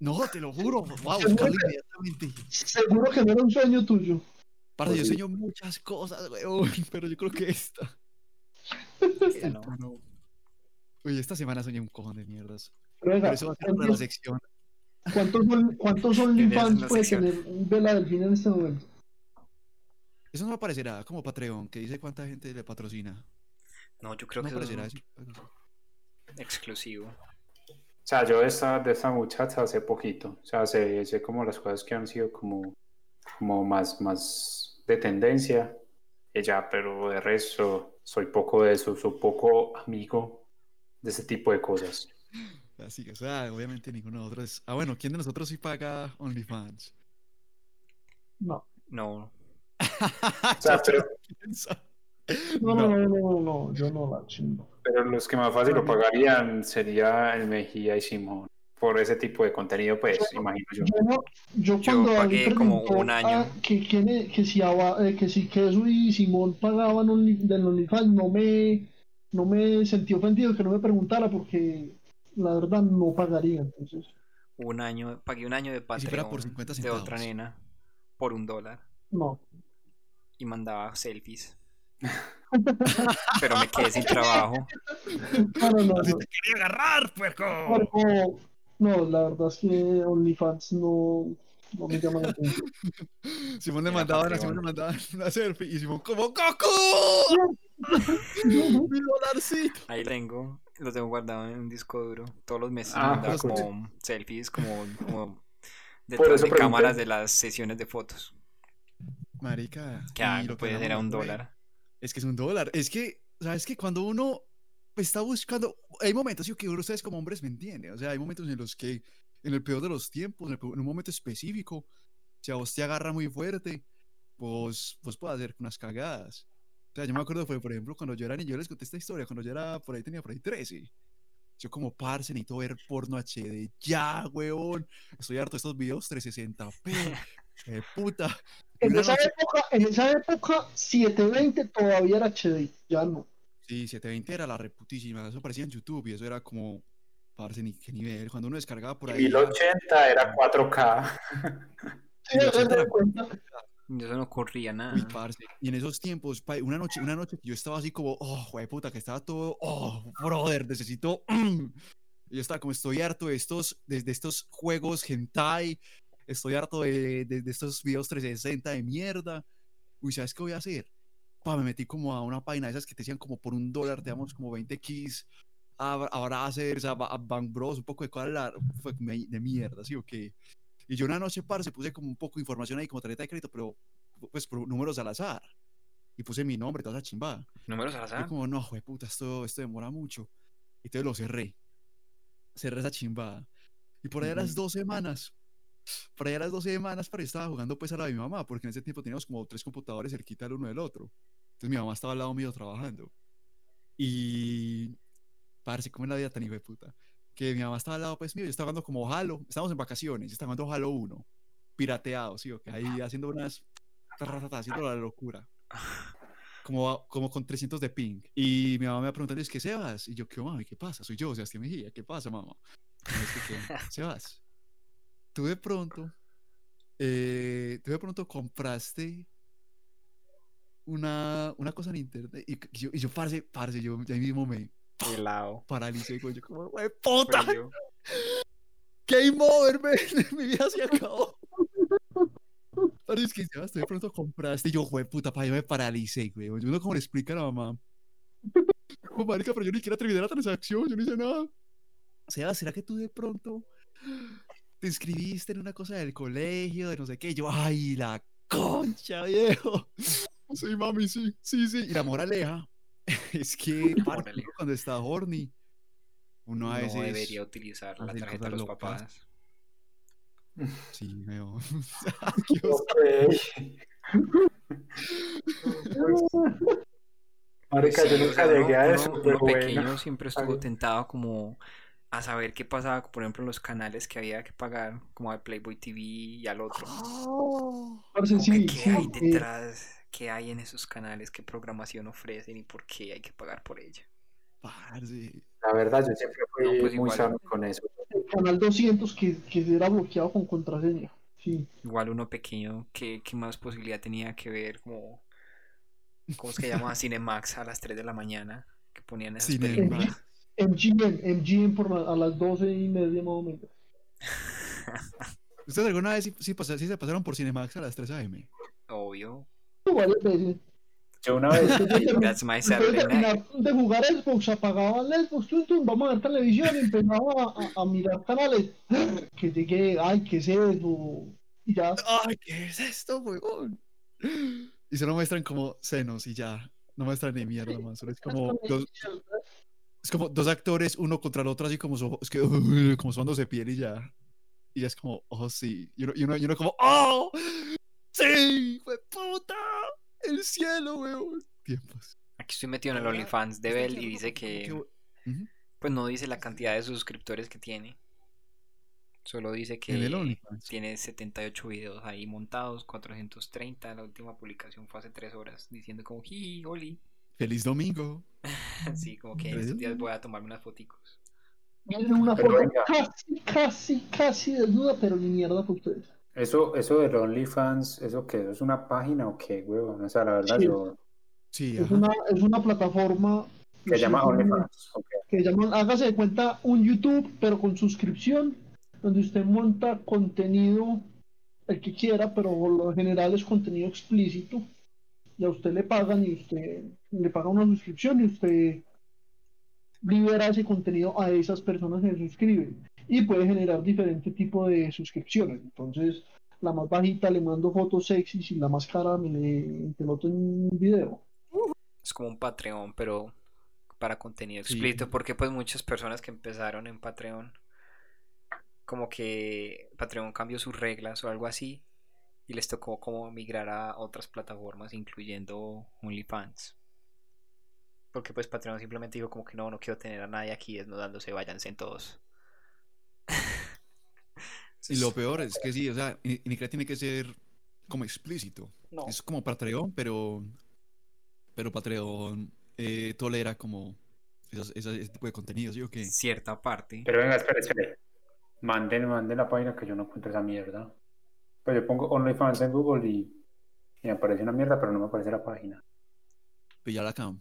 Speaker 2: No, te lo juro. Wow, buscarlo inmediatamente.
Speaker 3: Seguro que no era un sueño tuyo.
Speaker 2: Parce, yo
Speaker 4: Horrible.
Speaker 2: sueño muchas cosas, weón, (laughs) pero yo creo que esta.
Speaker 5: Esta no.
Speaker 2: no. Uy, esta semana soñé un cojón de mierdas.
Speaker 3: Pero
Speaker 2: (laughs)
Speaker 3: venga,
Speaker 2: Pero eso va a ser una de las
Speaker 3: ¿cuántos-
Speaker 2: secciones.
Speaker 3: ¿Cuántos, son- cuántos
Speaker 5: Deberías hacer
Speaker 3: OnlyFans
Speaker 5: la
Speaker 3: puede
Speaker 5: sección.
Speaker 3: tener Vela Delfín en este momento?
Speaker 2: Eso no aparecerá como Patreon, que dice cuánta gente le patrocina.
Speaker 5: No, yo creo
Speaker 2: no
Speaker 5: que eso es
Speaker 2: aparecerá
Speaker 5: un
Speaker 2: eso.
Speaker 5: exclusivo.
Speaker 4: O sea, yo de esa, de esa muchacha hace poquito. O sea, sé, sé como las cosas que han sido como, como más, más de tendencia. Ella, pero de resto, soy poco de eso, soy poco amigo de ese tipo de cosas.
Speaker 2: Así que, Ah, o sea, obviamente ninguno de nosotros. Ah, bueno, ¿quién de nosotros sí paga OnlyFans? (laughs)
Speaker 3: No.
Speaker 5: No,
Speaker 4: O sea, pero,
Speaker 3: No, no, no, no, no, no, yo no la chingo.
Speaker 4: pero los que más fácil lo pagarían sería el Mejía y Simón. Por ese tipo de contenido, pues, imagino yo.
Speaker 3: Yo, no- yo
Speaker 5: Yo
Speaker 3: cuando David
Speaker 5: pagué como
Speaker 3: preguntó,
Speaker 5: un año.
Speaker 3: ah, que, quién es- que, si, Ava- eh, que si Queso y Simón pagaban Only- del OnlyFans, no me, no me sentí ofendido que no me preguntara porque la verdad no pagaría. Entonces,
Speaker 5: un año, pagué un año de
Speaker 2: si fuera
Speaker 5: Patreon
Speaker 2: por 50
Speaker 5: de otra
Speaker 2: centavos?
Speaker 5: nena por un dólar (laughs)
Speaker 3: no.
Speaker 5: y mandaba
Speaker 2: (laughs)
Speaker 5: selfies. Pero me quedé sin trabajo.
Speaker 3: No, no, no.
Speaker 2: Así
Speaker 3: no.
Speaker 2: te quería agarrar, puerco.
Speaker 3: Pero, no, la verdad es que OnlyFans no, no me llama
Speaker 5: (laughs)
Speaker 3: la atención.
Speaker 2: Simón le
Speaker 5: Era
Speaker 2: mandaban, a
Speaker 5: Patreon.
Speaker 2: Simón le mandaban (laughs) una selfie y Simón como ¡Goku! ¡Mi dolarcito!
Speaker 5: Ahí tengo, lo tengo guardado en un disco duro. Todos los meses
Speaker 4: Ah,
Speaker 5: mandaba
Speaker 2: pues,
Speaker 5: como selfies, como, como
Speaker 4: Por
Speaker 5: detrás
Speaker 4: eso
Speaker 5: de
Speaker 4: pregunté.
Speaker 5: cámaras de las sesiones de fotos.
Speaker 2: Marica.
Speaker 5: Que
Speaker 2: y
Speaker 5: ah,
Speaker 2: lo que
Speaker 5: pues
Speaker 2: hablamos
Speaker 5: era un
Speaker 2: la otra vez,
Speaker 5: dólar.
Speaker 2: Es que es un dólar. Es que, ¿sabes que Cuando uno está buscando, hay momentos yo que ustedes como hombres me entienden. O sea, hay momentos en los que, en el peor de los tiempos, en, el peor- en un momento específico, si a vos te agarra muy fuerte, pues, pues puedes hacer unas cagadas. O sea, yo me acuerdo, fue, por ejemplo, cuando yo era niño, yo les conté esta historia, cuando yo era, por ahí tenía por ahí 13. Yo como, parce, necesito ver porno HD, ya, weón. Estoy harto de estos videos 360p,
Speaker 5: (laughs)
Speaker 2: de eh, puta. Y
Speaker 3: En
Speaker 2: una
Speaker 3: esa,
Speaker 2: noche-
Speaker 3: época, en esa época, 720 todavía era HD, ya no.
Speaker 2: Sí, 720 era la reputísima, eso parecía en YouTube y eso era como, parce, ni qué nivel, cuando uno descargaba por ahí.
Speaker 4: 1080 era 4K.
Speaker 3: Sí,
Speaker 2: Los
Speaker 3: eso me
Speaker 2: otros-
Speaker 3: cuenta.
Speaker 5: Eso no ocurría nada.
Speaker 2: Uy, parce, Y en esos tiempos, pa- una noche, una noche que yo estaba así como, oh, puta, que estaba todo, oh, brother, necesito. mm". Y yo estaba como, estoy harto de estos, de, de estos juegos hentai, estoy harto de, de- de estos videos 360 de mierda. Uy, ¿sabes qué voy a hacer? Pa, me metí como a una página de esas que te decían como por un dólar, te damos como 20 keys, a, a Brazzers, a, Ba- a Bang Bros, un poco de cual la- fue me- de mierda, ¿sí o qué? Y yo una noche, parce, puse como un poco de información ahí, como tarjeta de crédito, pero pues por números al azar. Y puse mi nombre, toda esa chimba.
Speaker 5: Números al (laughs)
Speaker 2: Yo
Speaker 5: azar.
Speaker 2: como, no, jueputa, esto, esto demora mucho. Y entonces lo cerré. Cerré esa chimbada. Y por allá a las
Speaker 5: Ujú.
Speaker 2: dos semanas, por allá a las dos semanas, para estaba jugando pues a la de mi mamá, porque en ese tiempo teníamos como tres computadores cerquita el uno del otro. Entonces mi mamá estaba al lado mío trabajando. Y... Parce, ¿cómo es la vida tan hijo de puta? Que mi mamá estaba al lado pues mío, yo estaba jugando como Halo, estábamos en vacaciones, yo estaba jugando Halo 1, pirateado, sí, o que ahí haciendo unas... tarratata, haciendo la locura como, a- como con 300 de ping. Y mi mamá me va preguntando, es que Sebas. Y yo, ¿qué mami? ¿Qué pasa? Soy yo, Sebastián Mejía. ¿Qué pasa, mamá? Y me dice, "¿Qué? Sebas, tú de pronto, eh, tú de pronto compraste una, una cosa en internet. Y, c- y yo, y yo, parce, parce, yo ahí mismo me (laughs)
Speaker 5: Pelado.
Speaker 2: paralicé. güey, Yo como, "Hue puta!
Speaker 5: frío.
Speaker 2: Game over, men, (laughs) mi vida se acabó. Pero es que Sebas, tú de pronto compraste y yo, güey, puta, pa, yo me paralicé, güey. Yo no como le explica a la mamá. (laughs) Como marica, pero yo ni siquiera terminé la transacción, yo no hice nada. Sebas, ¿será que tú de pronto te inscribiste en una cosa del colegio, de no sé qué? Y yo, ay, la concha, viejo. (laughs) Sí, mami, sí, sí, sí. Y la moraleja (laughs) es
Speaker 5: (laughs)
Speaker 2: que, parce,
Speaker 5: moraleja.
Speaker 2: cuando está horny, uno
Speaker 5: No
Speaker 2: a veces...
Speaker 5: debería utilizar la
Speaker 2: hacen
Speaker 5: tarjeta de
Speaker 2: cosas
Speaker 5: los
Speaker 2: locas.
Speaker 5: papás.
Speaker 2: Sí, (laughs) veo. Qué os-
Speaker 4: (laughs) Marica,
Speaker 5: Sí,
Speaker 4: yo
Speaker 5: o sea,
Speaker 4: nunca
Speaker 5: uno-
Speaker 4: llegué a
Speaker 5: uno-
Speaker 4: eso,
Speaker 5: uno
Speaker 4: pero
Speaker 5: pequeño
Speaker 4: bueno.
Speaker 5: siempre
Speaker 4: Está
Speaker 5: estuvo
Speaker 4: bien.
Speaker 5: tentado como a saber qué pasaba, por ejemplo, en los canales que había que pagar, como a Playboy TV y al otro.
Speaker 2: ¡Oh!
Speaker 3: Parce,
Speaker 5: Como que,
Speaker 3: sí,
Speaker 5: ¿Qué
Speaker 3: sí,
Speaker 5: hay
Speaker 3: eh,
Speaker 5: detrás? ¿Qué hay en esos canales? ¿Qué programación ofrecen y por qué hay que pagar por ella?
Speaker 2: Parce.
Speaker 4: La verdad, yo siempre fui
Speaker 5: No, pues
Speaker 4: muy
Speaker 5: igual.
Speaker 4: sano con eso.
Speaker 3: el canal 200 que, que era bloqueado con contraseña. Sí.
Speaker 5: Igual uno pequeño, ¿qué, qué más posibilidad tenía que ver como... ¿Cómo es que llamaban Cinemax a las 3 de la mañana? Que ponían esas
Speaker 2: Cinemax.
Speaker 5: películas.
Speaker 3: MGM, MGM por la- a las 12 y media más o menos.
Speaker 2: ¿Ustedes alguna vez sí, sí pasa- sí se pasaron por Cinemax a las 3 a.m.?
Speaker 5: Obvio.
Speaker 3: Varias veces.
Speaker 4: Ah, Yo una vez,
Speaker 5: (laughs) That's my
Speaker 3: Después de
Speaker 5: Saturday night.
Speaker 3: terminar de jugar Xbox, apagaban el Xbox, tun, tun, vamos a ver televisión y empezaba a, a- a mirar canales. Que llegué, ay, ¿qué es eso? Y ya,
Speaker 2: ¡Ay, qué es esto, huevón! Y solo muestran como senos y ya. No muestran ni mierda más. Solo es como dos, es como dos actores, uno contra el otro, así como, so- es que, (laughs) uh, como sobándose piel y ya. Y ya es como, oh, sí. Y uno, y uno, y uno como, ¡oh! ¡Sí! ¡Puta! ¡El cielo, huevón! Tiempos.
Speaker 5: Aquí estoy metido en el
Speaker 2: Ahora,
Speaker 5: OnlyFans de
Speaker 2: Este
Speaker 5: Bell y
Speaker 2: diálogo
Speaker 5: dice
Speaker 2: como
Speaker 5: que... Pues no dice la cantidad de suscriptores que tiene. Solo dice
Speaker 2: En el
Speaker 5: que
Speaker 2: OnlyFans.
Speaker 5: tiene 78 videos ahí montados, 430. La última publicación fue hace 3 horas diciendo como, jiji, oli. (laughs)
Speaker 2: ¡Feliz domingo!
Speaker 5: Así como que en estos
Speaker 2: Increíble.
Speaker 5: días voy a tomarme unas foticos.
Speaker 3: miren una
Speaker 4: Pero
Speaker 3: foto
Speaker 4: venga.
Speaker 3: casi, casi, casi desnuda, pero ni mierda para ustedes.
Speaker 4: eso, eso del OnlyFans, ¿eso qué? ¿Eso es una página o qué, huevón? O sea, la verdad,
Speaker 3: Sí.
Speaker 4: yo.
Speaker 2: Sí,
Speaker 3: Es
Speaker 2: ajá.
Speaker 3: una, es una plataforma
Speaker 4: Se llama OnlyFans. ok.
Speaker 3: que llaman, hágase de cuenta un YouTube, pero con suscripción, donde usted monta contenido, el que quiera, pero por lo general es contenido explícito. Y a usted le pagan y usted le paga una suscripción y usted libera ese contenido a esas personas que se suscriben. Y puede generar diferente tipo de suscripciones. Entonces, la más bajita le mando fotos sexys y la más cara me le peloto en un video.
Speaker 5: es como un Patreon, pero para contenido
Speaker 2: Sí.
Speaker 5: explícito, porque pues muchas personas que empezaron en Patreon, como que Patreon cambió sus reglas o algo así, y les tocó como migrar a otras plataformas, incluyendo OnlyFans. Porque pues Patreon simplemente dijo como que no, no quiero tener a nadie aquí desnudándose, váyanse en todos.
Speaker 2: Y lo peor es que sí, o sea, ni, ni siquiera tiene que ser como explícito.
Speaker 5: No.
Speaker 2: Es como Patreon, pero. Pero Patreon eh, tolera como esas- esas- ese tipo de contenidos, ¿sí o qué?
Speaker 5: Cierta parte.
Speaker 4: Pero venga, espere, espere. Manden, manden la página que yo no encuentro esa mierda. Pues yo pongo OnlyFans en Google y, y me aparece una mierda, pero no me aparece la página.
Speaker 2: Pillar la cam.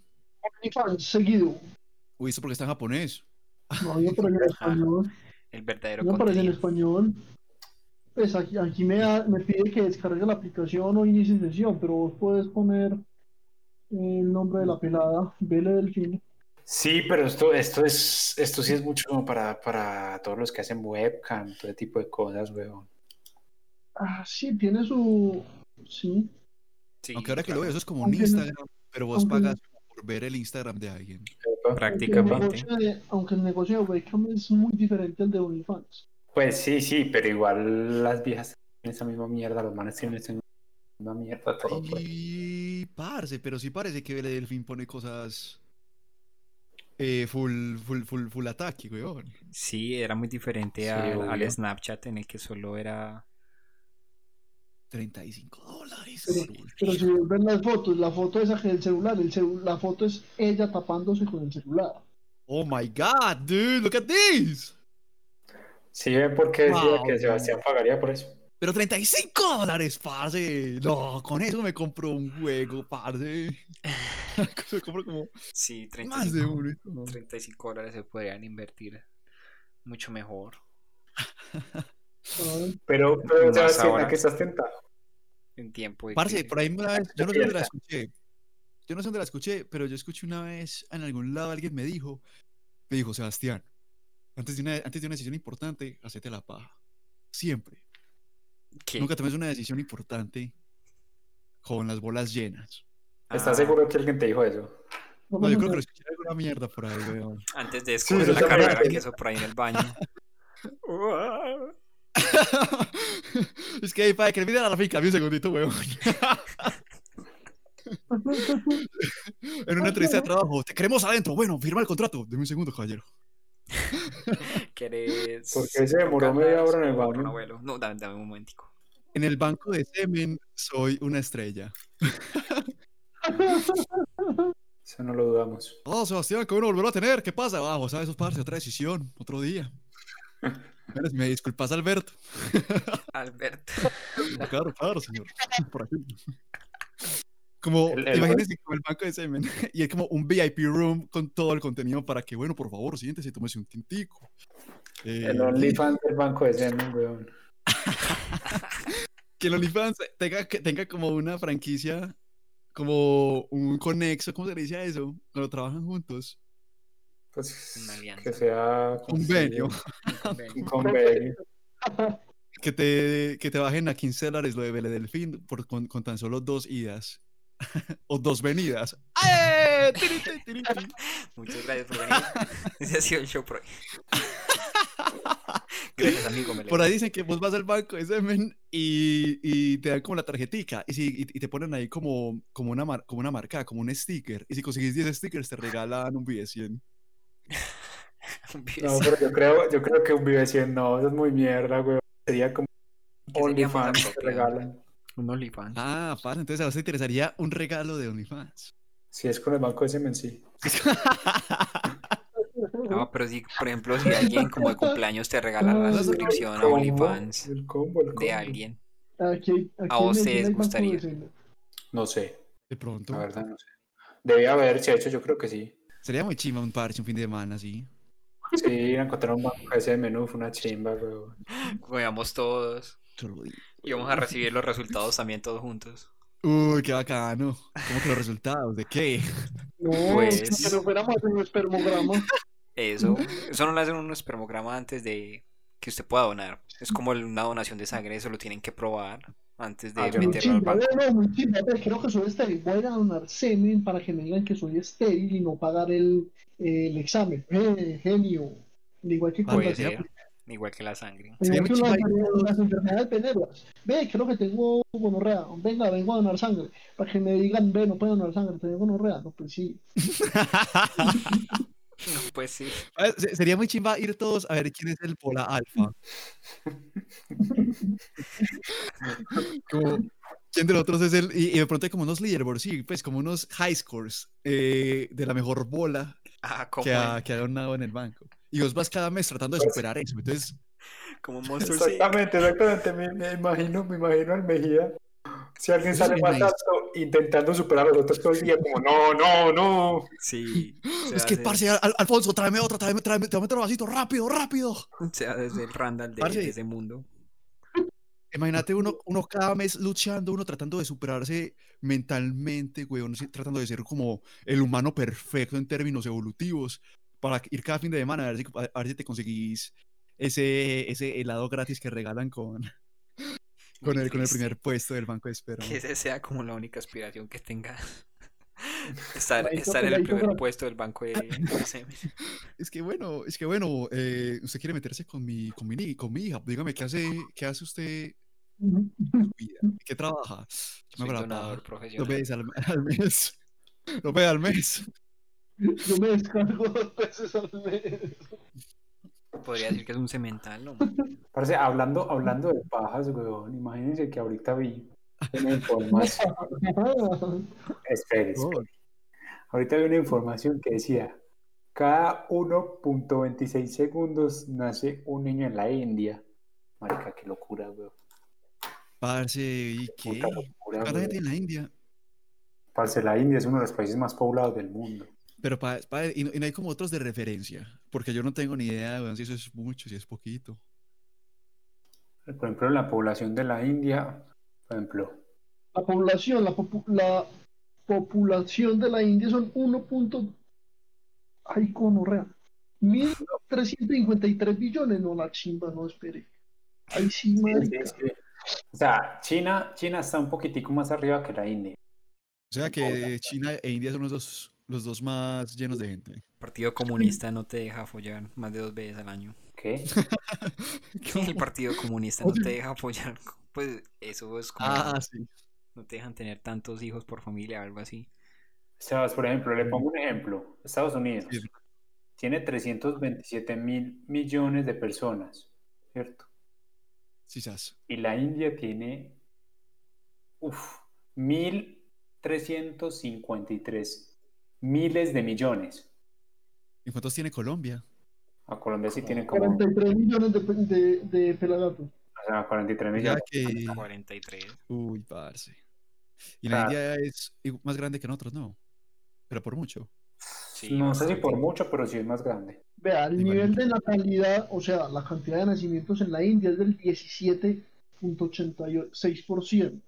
Speaker 3: OnlyFans seguido.
Speaker 2: Uy, eso porque está en japonés.
Speaker 3: No, yo por en español.
Speaker 5: El verdadero
Speaker 3: No aparece
Speaker 5: contenido.
Speaker 3: en español. Pues aquí, aquí me, da- me pide que descargue la aplicación o inicie sesión, pero vos puedes poner el nombre de la pelada, Vele Delfín.
Speaker 4: Sí, pero esto, esto es, esto sí es mucho como para, para todos los que hacen webcam, todo tipo de cosas, weón.
Speaker 3: Ah, sí, tiene su. Sí.
Speaker 5: Sí,
Speaker 2: Aunque ahora que lo
Speaker 5: claro.
Speaker 2: veo, eso es como un
Speaker 3: Aunque no-
Speaker 2: Instagram, pero vos
Speaker 3: aunque no-
Speaker 2: pagas por ver el Instagram de alguien.
Speaker 3: Aunque
Speaker 5: Prácticamente.
Speaker 3: el negocio de- aunque el negocio de Webcam es muy diferente al de OnlyFans.
Speaker 4: Pues sí, sí, pero igual las viejas tienen esa misma mierda, los manes tienen esa misma mierda, todo. pues.
Speaker 2: Y parce, pero sí parece que Vele Delfín pone cosas eh, full, full, full, full ataque, weón.
Speaker 5: Sí, era muy diferente
Speaker 4: Sí,
Speaker 5: al, al
Speaker 4: obvio.
Speaker 5: Snapchat en el que solo era...
Speaker 2: 35 dólares.
Speaker 3: Pero-
Speaker 2: weón.
Speaker 3: Pero si vos ves las fotos, la foto esa que es el celular, el celu- la foto es ella tapándose con el celular.
Speaker 2: Oh my god, dude, look at this.
Speaker 4: Sí, ven por qué decía
Speaker 2: Wow,
Speaker 4: que
Speaker 2: weón.
Speaker 4: Sebastián pagaría por eso.
Speaker 2: Pero 35 dólares, parce. No, con eso me compro un juego, parce. (laughs) me compro como
Speaker 5: Sí,
Speaker 2: más de
Speaker 5: 35,
Speaker 2: uno.
Speaker 5: 35 dólares se podrían invertir mucho mejor.
Speaker 3: ¿sabes?
Speaker 4: Pero,
Speaker 5: Más
Speaker 4: pero Sebastián,
Speaker 5: ahora.
Speaker 4: ¿a qué estás tentado?
Speaker 5: en tiempo. de
Speaker 2: Parce,
Speaker 5: que-
Speaker 2: por ahí una vez, yo no sé dónde la
Speaker 4: Despierta.
Speaker 2: escuché. Yo no sé dónde la escuché, pero yo escuché una vez en algún lado alguien me dijo, me dijo, Sebastián, antes de una, antes de una decisión importante, hacete la paja. Siempre.
Speaker 5: ¿Qué?
Speaker 2: Nunca tomes una decisión importante con las bolas llenas.
Speaker 4: ¿Estás
Speaker 5: Ah,
Speaker 4: seguro que alguien te dijo eso?
Speaker 2: No, yo creo que lo escuché en alguna mierda por ahí, weón.
Speaker 5: Antes de descubrir
Speaker 4: Sí,
Speaker 5: la
Speaker 4: eso también.
Speaker 5: carrera que hizo por ahí en el
Speaker 4: (laughs)
Speaker 5: baño.
Speaker 2: (laughs) es que, para que le pida la fica, un segundito, weón. (laughs) en una entrevista de trabajo, te queremos adentro. Bueno, firma el contrato. Deme un segundo, caballero.
Speaker 5: ¿Querés?
Speaker 4: ¿Por qué se demoró
Speaker 5: tocar
Speaker 4: media
Speaker 5: las
Speaker 4: hora en el
Speaker 5: por
Speaker 4: baño?
Speaker 5: un abuelo? No, dame, dame un momentico.
Speaker 2: En el banco de semen soy una estrella.
Speaker 3: (laughs)
Speaker 4: Eso no lo dudamos.
Speaker 2: Oh, Sebastián, que uno volverá a tener. ¿Qué pasa? Vamos, ¿sabes? Eso es otra decisión, otro día. Mira, Me disculpas, Alberto.
Speaker 4: (laughs)
Speaker 5: Alberto. (laughs)
Speaker 2: Claro, claro, señor. (laughs) Por aquí. Como,
Speaker 4: El- el-
Speaker 2: imagínense como el banco de semen (laughs) y es como un VIP room con todo el contenido para que, bueno, por favor, siéntese y tómese un tintico. Eh,
Speaker 4: El OnlyFans del banco de Semen, weón.
Speaker 2: (laughs) que el OnlyFans tenga, que tenga como una franquicia, como un conexo, ¿cómo se le dice a eso? Cuando trabajan juntos.
Speaker 4: Pues
Speaker 5: Una alianza.
Speaker 4: que sea
Speaker 2: Convenio.
Speaker 4: Un convenio.
Speaker 2: Que te, que te bajen a 15 dólares lo de Vélez Delfín por, con, con tan solo dos idas. (laughs) o dos
Speaker 4: (laughs)
Speaker 2: venidas. ¡Ay! Tirin, tin, tirin, tin.
Speaker 5: Muchas gracias por
Speaker 4: (laughs)
Speaker 5: venir. Ese ha sido el show por hoy. Gracias, amigo. me
Speaker 2: Por
Speaker 5: levanto.
Speaker 2: ahí dicen que vos vas al banco de semen y, y te dan como la tarjetica y, si, y, y te ponen ahí como, como, una mar- como una marca, como un sticker. Y si conseguís 10 stickers te regalan un billete 100.
Speaker 5: (laughs)
Speaker 4: No, pero yo creo, yo creo que un Vive 100 no, eso es muy mierda, weón. Sería como
Speaker 5: ¿Qué sería más
Speaker 4: OnlyFans que te
Speaker 5: apropiado?
Speaker 4: regalan.
Speaker 5: Un OnlyFans.
Speaker 2: Ah, para, entonces a vos te interesaría un regalo de OnlyFans.
Speaker 4: Si es con el banco de Semen, sí.
Speaker 5: No, pero si, por ejemplo, si alguien como
Speaker 2: (laughs)
Speaker 5: de cumpleaños te regala la
Speaker 3: No,
Speaker 2: no,
Speaker 5: suscripción a
Speaker 4: Combo,
Speaker 5: OnlyFans
Speaker 4: El combo, el combo.
Speaker 5: de alguien.
Speaker 3: Aquí- aquí
Speaker 5: ¿A vos
Speaker 3: en
Speaker 5: te
Speaker 3: Medellín hay banco
Speaker 5: gustaría?
Speaker 3: de semen.
Speaker 4: No sé,
Speaker 2: De pronto.
Speaker 4: la verdad no sé. Debía haberse hecho, yo creo que sí.
Speaker 2: Sería muy chima un parche, un fin de semana, así.
Speaker 4: Sí, ir a encontrar un banco de semen, uf, una chimba, weón.
Speaker 5: Comíamos todos.
Speaker 2: Yo lo digo.
Speaker 5: Y vamos a recibir los resultados también todos juntos.
Speaker 2: Uy, qué bacano. ¿Cómo que los resultados? ¿De qué?
Speaker 3: No,
Speaker 5: Pues-
Speaker 3: si no fuéramos en
Speaker 5: (laughs)
Speaker 3: un espermograma.
Speaker 5: Eso, eso no lo hacen un espermograma antes de que usted pueda donar. Es como el- una donación de sangre, eso lo tienen que probar. antes de
Speaker 4: Ah, yo no-
Speaker 3: Muy
Speaker 5: meterlo al
Speaker 3: chimba,
Speaker 5: banco.
Speaker 3: no, no, muy chimba, ve, creo que soy estéril. Voy a ir a donar semen para que me digan que soy estéril y no pagar el, el examen. Eh, genio. Al Igual que con
Speaker 5: Puede
Speaker 3: las-
Speaker 2: Bueno,
Speaker 5: ser, igual que la sangre.
Speaker 3: al
Speaker 2: Sería
Speaker 3: igual
Speaker 2: muy
Speaker 3: que
Speaker 2: chimba
Speaker 3: las, las enfermedades venéreas. Ve, creo que tengo gonorrea. Venga, vengo a donar sangre. Para que me digan, ve, no puedo donar sangre, tengo gonorrea. No, pues sí.
Speaker 5: (laughs) No, pues sí.
Speaker 2: Ah, se- Sería muy chimba ir todos a ver quién es el bola alfa.
Speaker 5: (laughs)
Speaker 2: como, ¿Quién de los otros es el? Y, y de pronto hay como unos leaderboards, sí, pues como unos high scores eh, de la mejor bola
Speaker 5: Ah, como, Pues
Speaker 2: que ha, que ha donado en el banco. Y vos vas cada mes tratando de superar eso. Entonces,
Speaker 5: como Monster Inc.
Speaker 4: Exactamente, exactamente. Me, me imagino, me imagino al Mejía. Si alguien
Speaker 2: Eso
Speaker 4: sale
Speaker 2: sería
Speaker 4: más
Speaker 2: nice.
Speaker 4: alto, intentando superar a los otros todo el día, como no, no, no.
Speaker 2: (gasps)
Speaker 5: Sí. se
Speaker 2: es
Speaker 5: va
Speaker 2: que,
Speaker 5: a hacer-
Speaker 2: parce, Al- Alfonso, tráeme otra, tráeme, tráeme, tráeme otro vasito, rápido, rápido.
Speaker 5: se va desde el Randall de,
Speaker 2: Parce.
Speaker 5: de ese mundo.
Speaker 2: Imagínate uno, uno cada mes luchando, uno tratando de superarse mentalmente, güey, uno se- tratando de ser como el humano perfecto en términos evolutivos, para que- ir cada fin de semana a ver si, a- a ver si te conseguís ese, ese helado gratis que regalan con, (laughs) con, el, con el
Speaker 5: Triste.
Speaker 2: primer puesto del Banco de Espera.
Speaker 5: Que esa sea como la única aspiración que
Speaker 2: (laughs)
Speaker 5: tenga. (laughs) Estar,
Speaker 3: Ahí
Speaker 5: estar
Speaker 3: toca,
Speaker 5: en el
Speaker 3: ahí
Speaker 5: primer
Speaker 3: toca.
Speaker 5: puesto del banco
Speaker 2: (laughs)
Speaker 5: de, de semen.
Speaker 2: Es que bueno, es que bueno, eh, usted quiere meterse con mi, con mi, ni- con mi hija, dígame, ¿qué hace, qué hace usted en su vida? ¿Qué trabaja? Yo
Speaker 5: Soy
Speaker 2: me hago la
Speaker 5: donador
Speaker 2: paja. Dos
Speaker 5: profesional.
Speaker 2: veces al, al (laughs) mes. Dos veces al mes.
Speaker 3: Yo me descargo dos veces al
Speaker 5: (laughs)
Speaker 3: mes.
Speaker 5: Podría decir que es un cemental,
Speaker 2: (laughs)
Speaker 5: ¿no?
Speaker 4: Parece, hablando, hablando de pajas, weón, imagínense que ahorita vi una información. Espere,
Speaker 2: Oh.
Speaker 4: espere. Ahorita vi una información que decía: cada 1.26 segundos nace un niño en la India. Marica, qué locura, weón.
Speaker 2: Parce, ¿y qué?
Speaker 4: Puta locura,
Speaker 2: Para la gente
Speaker 4: weón.
Speaker 2: en la India.
Speaker 4: Parce, la India es uno de los países más poblados del mundo.
Speaker 2: Pero pa- pa- y, no, y no hay como otros de referencia, porque yo no tengo ni idea weón, si eso es mucho, si es poquito.
Speaker 4: Por ejemplo, la población de la India, por ejemplo,
Speaker 3: La población, la, popu- la población de la India son 1. punto- Ay, conorrea. 1.353 billones. No, la chimba, no, espere. Ay, sí, madre.
Speaker 4: O sea, China, China está un poquitico más arriba que la India.
Speaker 2: O sea
Speaker 4: Hola.
Speaker 2: que China e India son los dos, los dos más llenos de gente.
Speaker 5: Partido Comunista no te deja follar más de dos veces al
Speaker 2: (laughs)
Speaker 5: año. (laughs)
Speaker 4: ¿Qué?
Speaker 5: El Partido Comunista no te deja follar. (laughs) Pues eso es como.
Speaker 2: Ah, sí.
Speaker 5: No te dejan tener tantos hijos por familia o algo así.
Speaker 4: Sebas, por ejemplo, le pongo un ejemplo. Estados Unidos
Speaker 2: Sí.
Speaker 4: tiene 327 mil millones de personas, ¿cierto?
Speaker 2: Quizás.
Speaker 4: Y la India tiene, uff, 1.353 miles de millones.
Speaker 2: ¿Y cuántos tiene Colombia?
Speaker 4: A Colombia sí tiene como
Speaker 3: 43 millones de, de, de pelagatos.
Speaker 4: o sea, 43
Speaker 2: O sea
Speaker 4: millones.
Speaker 2: que.
Speaker 5: ah, 43.
Speaker 2: Uy, parce. Y la
Speaker 4: Ah.
Speaker 2: India es igu- más grande que nosotros, no. Pero por mucho.
Speaker 5: Sí,
Speaker 4: no sé si
Speaker 5: bastante.
Speaker 4: por mucho, pero sí es más grande.
Speaker 3: Vea, el
Speaker 2: Igual.
Speaker 3: nivel de natalidad, o sea, la cantidad de nacimientos en la India es del 17.86%.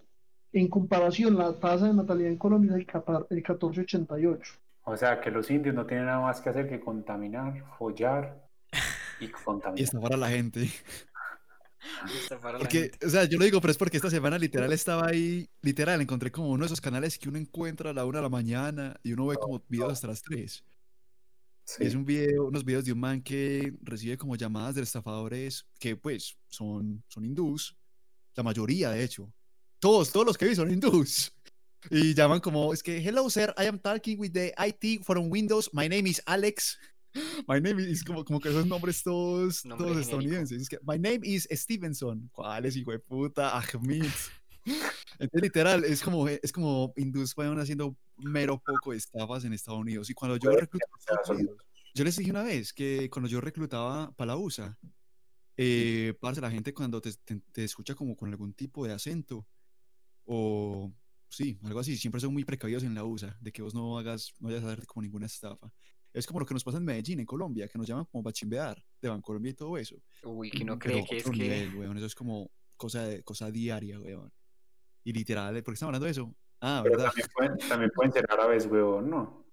Speaker 3: En comparación, la tasa de natalidad en Colombia es el 14- el 14.88%.
Speaker 4: O sea, que los indios no tienen nada más que hacer que contaminar,
Speaker 5: (laughs)
Speaker 4: follar y
Speaker 2: Y
Speaker 4: contaminar.
Speaker 2: estafar a la gente.
Speaker 5: Estafar a la
Speaker 2: Porque,
Speaker 5: gente.
Speaker 2: o sea, yo lo digo, pero es porque esta semana literal estaba ahí, literal, encontré como uno de esos canales que uno encuentra a la una de la mañana y uno ve como videos hasta las tres. Y
Speaker 4: Sí.
Speaker 2: es un video, unos videos de un man que recibe como llamadas de estafadores que pues son, son hindús, la mayoría de hecho. Todos, todos los que vi son hindús. (laughs) Y llaman como, es que, hello sir, I am talking with the IT from Windows, my name is Alex. (laughs) My name is como, como que esos nombres todos,
Speaker 5: Nombre
Speaker 2: todos
Speaker 5: genérico.
Speaker 2: estadounidenses. Es que, my name is Stevenson. ¿Cuál es, hijo de puta? Ahmed. (laughs) Entonces, literal, es como, es como hindús van haciendo mero poco de estafas en Estados Unidos. Y cuando yo
Speaker 4: Puede
Speaker 2: recluto a Estados Unidos, yo les dije una vez que cuando yo reclutaba para la USA, eh, parce, la gente cuando te, te- te escucha como con algún tipo de acento o sí, algo así, siempre son muy precavidos en la USA, de que vos no hagas, no vayas a hacer como ninguna estafa. Es como lo que nos pasa en Medellín, en Colombia, que nos llaman como para chimbear de Bancolombia y todo eso.
Speaker 5: Uy, que no
Speaker 2: Pero
Speaker 5: cree que es
Speaker 2: otro
Speaker 5: que.
Speaker 2: nivel, weón, eso es como cosa, de- cosa diaria, weón. Y literal, ¿por qué estamos hablando de eso? Ah,
Speaker 4: Pero
Speaker 2: ¿verdad?
Speaker 4: también pueden, también pueden ser árabes, weón, ¿no?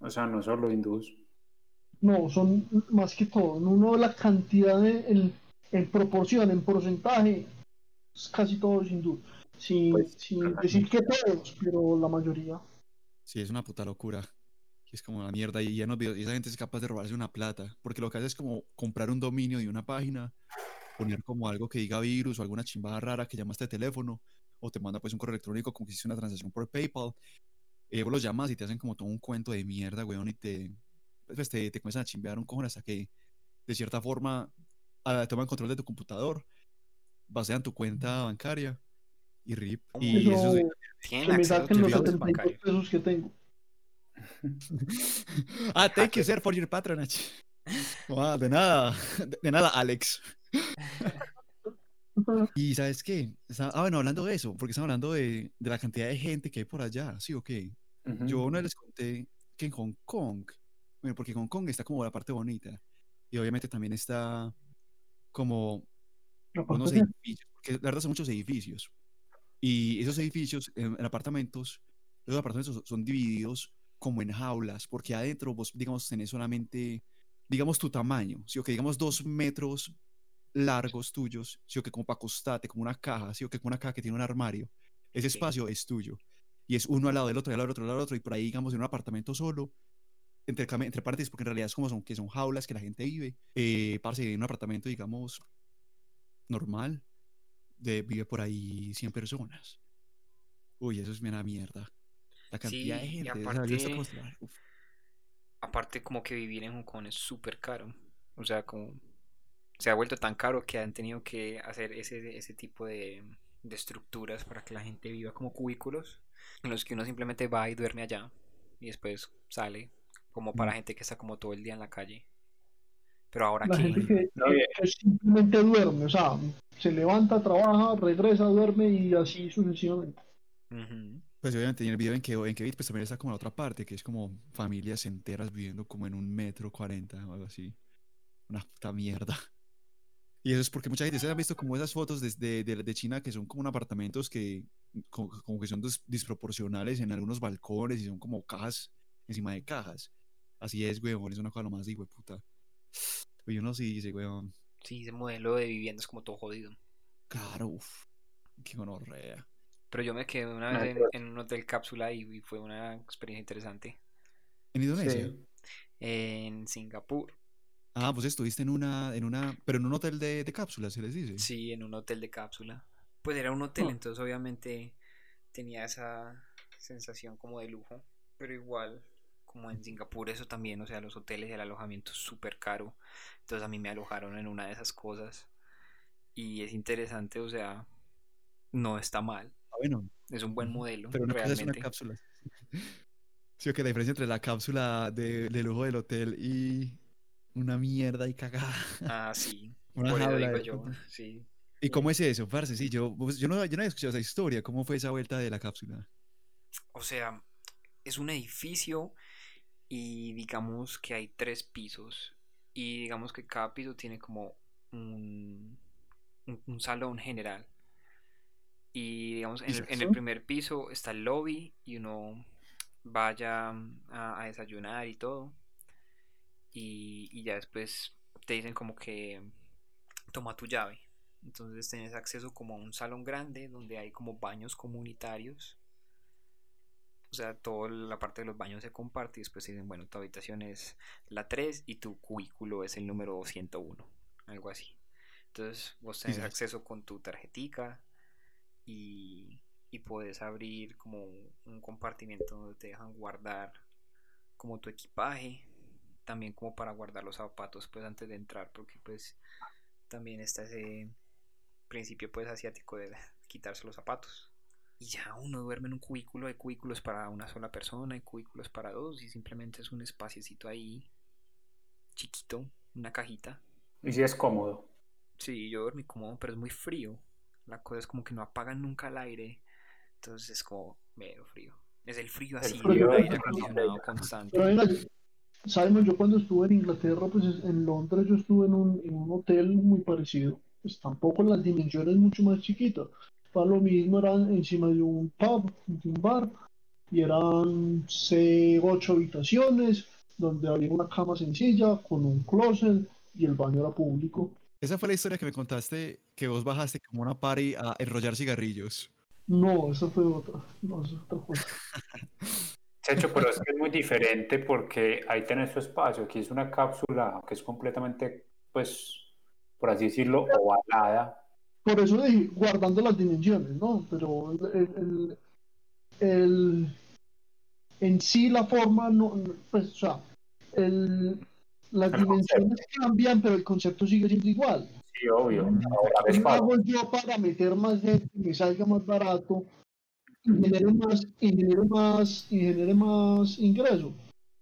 Speaker 4: O sea, no solo hindús.
Speaker 3: No, son más que todo. en Uno, la cantidad de- en, en proporción, en porcentaje, es casi todo hindú. sin,
Speaker 4: Pues,
Speaker 3: sin decir que todos, pero la mayoría.
Speaker 2: Sí, es una puta locura. Y Es como la mierda y ya nos dio- y esa gente es capaz de robarse una plata, porque lo que hace es como comprar un dominio de una página, poner como algo que diga virus o alguna chimbada rara que llamaste de teléfono o te manda pues un correo electrónico como que hiciste una transacción por PayPal. Y luego los llamas y te hacen como todo un cuento de mierda, weón, y te pues te, te comienzan a chimbear un cojón hasta que de cierta forma ah, toman control de tu computador, basean tu cuenta bancaria y rip y
Speaker 3: Pero
Speaker 2: eso es-
Speaker 5: Tienen
Speaker 3: que me
Speaker 5: acceso a tus
Speaker 2: tu
Speaker 3: saquen los
Speaker 2: fiado
Speaker 5: datos
Speaker 3: 72
Speaker 5: bancarios.
Speaker 3: pesos que tengo.
Speaker 2: (laughs) ah, thank you, sir, for your patronage. (laughs) Ah, de nada, de, de nada, Alex. ¿Y sabes qué? Está- ah, bueno, hablando de eso, porque estamos hablando de, de la cantidad de gente que hay por allá, ¿sí o qué?
Speaker 4: Ujú.
Speaker 2: Yo no les conté que en Hong Kong, bueno, porque Hong Kong está como la parte bonita, y obviamente también está como
Speaker 3: La
Speaker 2: unos
Speaker 3: (laughs) parte-
Speaker 2: edificios, porque la verdad son muchos edificios. Y esos edificios, en, en apartamentos, los apartamentos son, son divididos como en jaulas, porque adentro vos, digamos, tenés solamente, digamos, tu tamaño, ¿sí? o que digamos dos metros largos tuyos, ¿sí? o que como para acostarte, como una caja, ¿sí? o que como una caja que tiene un armario. Ese
Speaker 5: Ok.
Speaker 2: espacio es tuyo. Y es uno al lado del otro, y al lado del otro, al lado del otro, y por ahí, digamos, en un apartamento solo, entre, cami- entre partes, porque en realidad es como son, que son jaulas que la gente vive. Eh, parce, en un apartamento, digamos, normal, de, vive por ahí 100 personas. Uy, eso es una mierda. La cantidad
Speaker 5: Sí,
Speaker 2: de
Speaker 5: y
Speaker 2: gente. o sea,
Speaker 5: aparte-
Speaker 2: yo estoy acostumbrado- uf.
Speaker 5: Aparte, como que vivir en Hong Kong es súper caro. O sea, como se ha vuelto tan caro que han tenido que hacer ese, ese tipo de, de estructuras para que la gente viva como cubículos en los que uno simplemente va y duerme allá y después sale, como para gente que está como todo el día en la calle. Pero ahora
Speaker 3: Mm. La
Speaker 5: que
Speaker 3: gente que,
Speaker 4: No,
Speaker 3: que
Speaker 4: bien.
Speaker 3: simplemente duerme, o sea, se levanta, trabaja, regresa, duerme y así sucesivamente.
Speaker 5: Ujú.
Speaker 2: Pues obviamente en el video en que, en que vi, pues también está como la otra parte, que es como familias enteras viviendo como en un metro cuarenta o algo así. Una puta mierda. (laughs) Y eso es porque mucha gente, se han visto como esas fotos desde de, de China que son como en apartamentos que como, como que son dis- disproporcionales en algunos balcones y son como cajas encima de cajas? Así es, weón, es una cosa lo más de puta. Pues Oye, uno sí dice, weón,
Speaker 5: sí, ese modelo de vivienda es como todo jodido.
Speaker 2: Claro, uff, qué gonorrea.
Speaker 5: Pero yo me quedé una
Speaker 4: No,
Speaker 5: vez en,
Speaker 4: pero-
Speaker 5: en un hotel cápsula y, y fue una experiencia interesante.
Speaker 2: ¿En Indonesia?
Speaker 4: Sí.
Speaker 5: En Singapur,
Speaker 2: Ah, pues estuviste en una, en una, pero en un hotel de, de cápsulas, se les dice.
Speaker 5: Sí, en un hotel de cápsula. Pues era un hotel,
Speaker 3: Ah.
Speaker 5: entonces obviamente tenía esa sensación como de lujo. Pero igual, como en Singapur, eso también, o sea, los hoteles, el alojamiento es súper caro. Entonces a mí me alojaron en una de esas cosas. Y es interesante, o sea, no está mal.
Speaker 2: Ah, bueno,
Speaker 5: Es un buen
Speaker 2: Ujú.
Speaker 5: modelo,
Speaker 2: pero una cosa es una
Speaker 5: realmente.
Speaker 2: cápsula. (laughs) Sí, o que la diferencia entre la cápsula de, de lujo del hotel y una mierda y cagada. (laughs)
Speaker 5: Ah, sí.
Speaker 2: Una
Speaker 5: por eso
Speaker 2: jaula
Speaker 5: digo
Speaker 2: de
Speaker 5: yo,
Speaker 2: puta.
Speaker 5: sí.
Speaker 2: ¿Y cómo es eso, parce? Sí, yo, pues, yo no, yo no había escuchado esa historia. ¿Cómo fue esa vuelta de la cápsula?
Speaker 5: O sea, es un edificio y digamos que hay tres pisos y digamos que cada piso tiene como un, un, un salón general. Y digamos, en el, en el
Speaker 3: Ujú.
Speaker 5: primer piso está el lobby y uno vaya a, a desayunar y todo. Y, y ya después te dicen como que toma tu llave. Entonces tenés acceso como a un salón grande donde hay como baños comunitarios. O sea, toda la parte de los baños se comparte y después te dicen, bueno, tu habitación es la 3 y tu cubículo es el número 101, algo así. Entonces vos tenés
Speaker 2: Quizás.
Speaker 5: acceso con tu tarjetica y, y podés abrir como un compartimiento donde te dejan guardar como tu equipaje, también como para guardar los zapatos pues antes de entrar, porque pues también está ese principio pues asiático de quitarse los zapatos. Y ya uno duerme en un cubículo, hay cubículos para una sola persona, hay cubículos para dos, y simplemente es un espaciecito ahí chiquito, una cajita.
Speaker 4: Y si es cómodo.
Speaker 5: Sí, yo dormí cómodo, pero es muy frío. La cosa es como que no apagan nunca el aire. Entonces es como medio frío. Es el frío
Speaker 4: El
Speaker 5: así,
Speaker 4: frío
Speaker 5: el aire
Speaker 3: es-
Speaker 5: acondicionado
Speaker 3: Pero
Speaker 5: constante.
Speaker 3: venga, Simon, yo cuando estuve en Inglaterra, pues es- en Londres yo estuve en un, en un hotel muy parecido, pues tampoco las dimensiones mucho más chiquitas. Para lo mismo eran encima de un pub, de un bar, y eran seis, ocho habitaciones, donde había una cama sencilla con un closet y el baño era público.
Speaker 2: Esa fue la historia que me contaste, que vos bajaste como una party a enrollar cigarrillos.
Speaker 3: No, eso fue otra. No, eso es otra cosa.
Speaker 4: Checho, pero es que es muy diferente porque ahí tenés su espacio. Aquí es una cápsula que es completamente, pues, por así decirlo, ovalada.
Speaker 3: Por eso dije, guardando las dimensiones, ¿no? Pero el, el- el- en sí la forma, no, cioè, no, pues, o sea, el- las
Speaker 4: El
Speaker 3: dimensiones cambian, pero el concepto sigue siendo igual.
Speaker 4: Sí, obvio. Ahora pues, ves
Speaker 3: ¿Qué
Speaker 4: pago.
Speaker 3: hago yo para meter más gente, me salga más barato y genere más, y genere más, y genere más ingreso?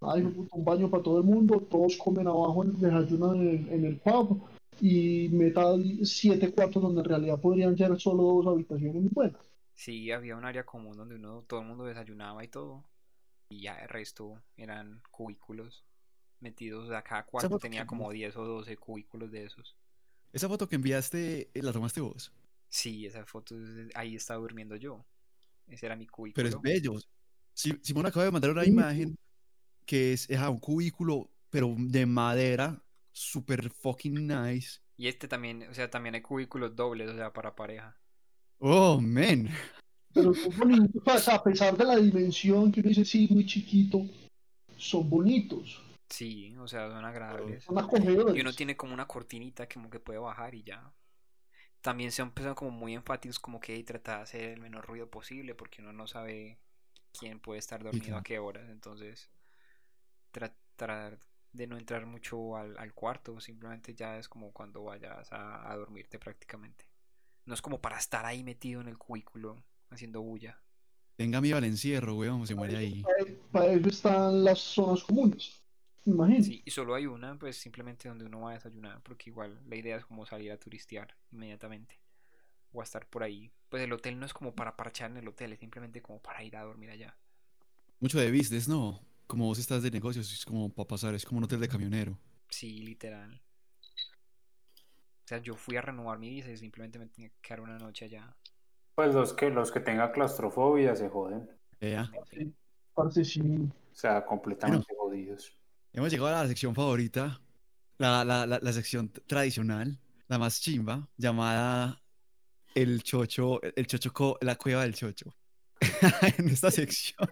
Speaker 3: Hay un, un baño para todo el mundo, todos comen abajo, en- desayunan en el, en el pub y meta siete cuartos donde en realidad podrían ser solo dos habitaciones muy buenas.
Speaker 5: Sí, había un área común donde uno, todo el mundo desayunaba y todo. Y ya el resto eran cubículos metidos. A cada cuarto
Speaker 2: foto
Speaker 5: tenía
Speaker 2: que-
Speaker 5: como 10 o 12 cubículos de esos.
Speaker 2: Esa foto que enviaste, eh, la tomaste vos.
Speaker 5: Sí, esa foto, es- ahí estaba durmiendo yo. Ese era mi cubículo.
Speaker 2: Pero es bello. Si- Simón acaba de mandar una
Speaker 3: Sí.
Speaker 2: imagen que es, es ah, un cubículo, pero de madera, super fucking nice.
Speaker 5: Y este también, o sea, también hay cubículos dobles, o sea, para pareja.
Speaker 2: Oh, man.
Speaker 3: Pero son bonitos, o sea, a pesar de la dimensión que uno dice, sí, muy chiquito, son bonitos,
Speaker 5: Sí, o sea, son agradables.
Speaker 3: son acogedores.
Speaker 5: Y uno tiene como una cortinita que como que puede bajar y ya. También se han empezado como muy enfáticos, como que tratar de hacer el menor ruido posible, porque uno no sabe quién puede estar dormido a
Speaker 2: claro.
Speaker 5: qué horas. Entonces, tratar de no entrar mucho al, al cuarto, simplemente ya es como cuando vayas a, a dormirte prácticamente. No es como para estar ahí metido en el cubículo haciendo bulla.
Speaker 2: Tenga miedo al encierro, weón, se muere ahí.
Speaker 3: Para- Para eso están las zonas comunes, imagínate.
Speaker 5: Sí, y solo hay una, pues simplemente donde uno va a desayunar, porque igual la idea es como salir a turistear inmediatamente o a estar por ahí. Pues el hotel no es como para parchar en el hotel, es simplemente como para ir a dormir allá.
Speaker 2: Mucho de business, ¿no? Como vos estás de negocios, es como para pasar, es como un hotel de camionero.
Speaker 5: Sí, literal. O sea, yo fui a renovar mi visa y simplemente me tenía que quedar una noche allá.
Speaker 4: Pues los que, los que tengan claustrofobia se joden.
Speaker 2: Vea.
Speaker 3: Sí, parce, sí.
Speaker 4: O sea, completamente jodidos.
Speaker 2: Hemos llegado a la sección favorita, la, la, la, la sección t- tradicional, la más chimba, llamada el chocho, el chocho, co- la cueva del chocho. (laughs) en esta sección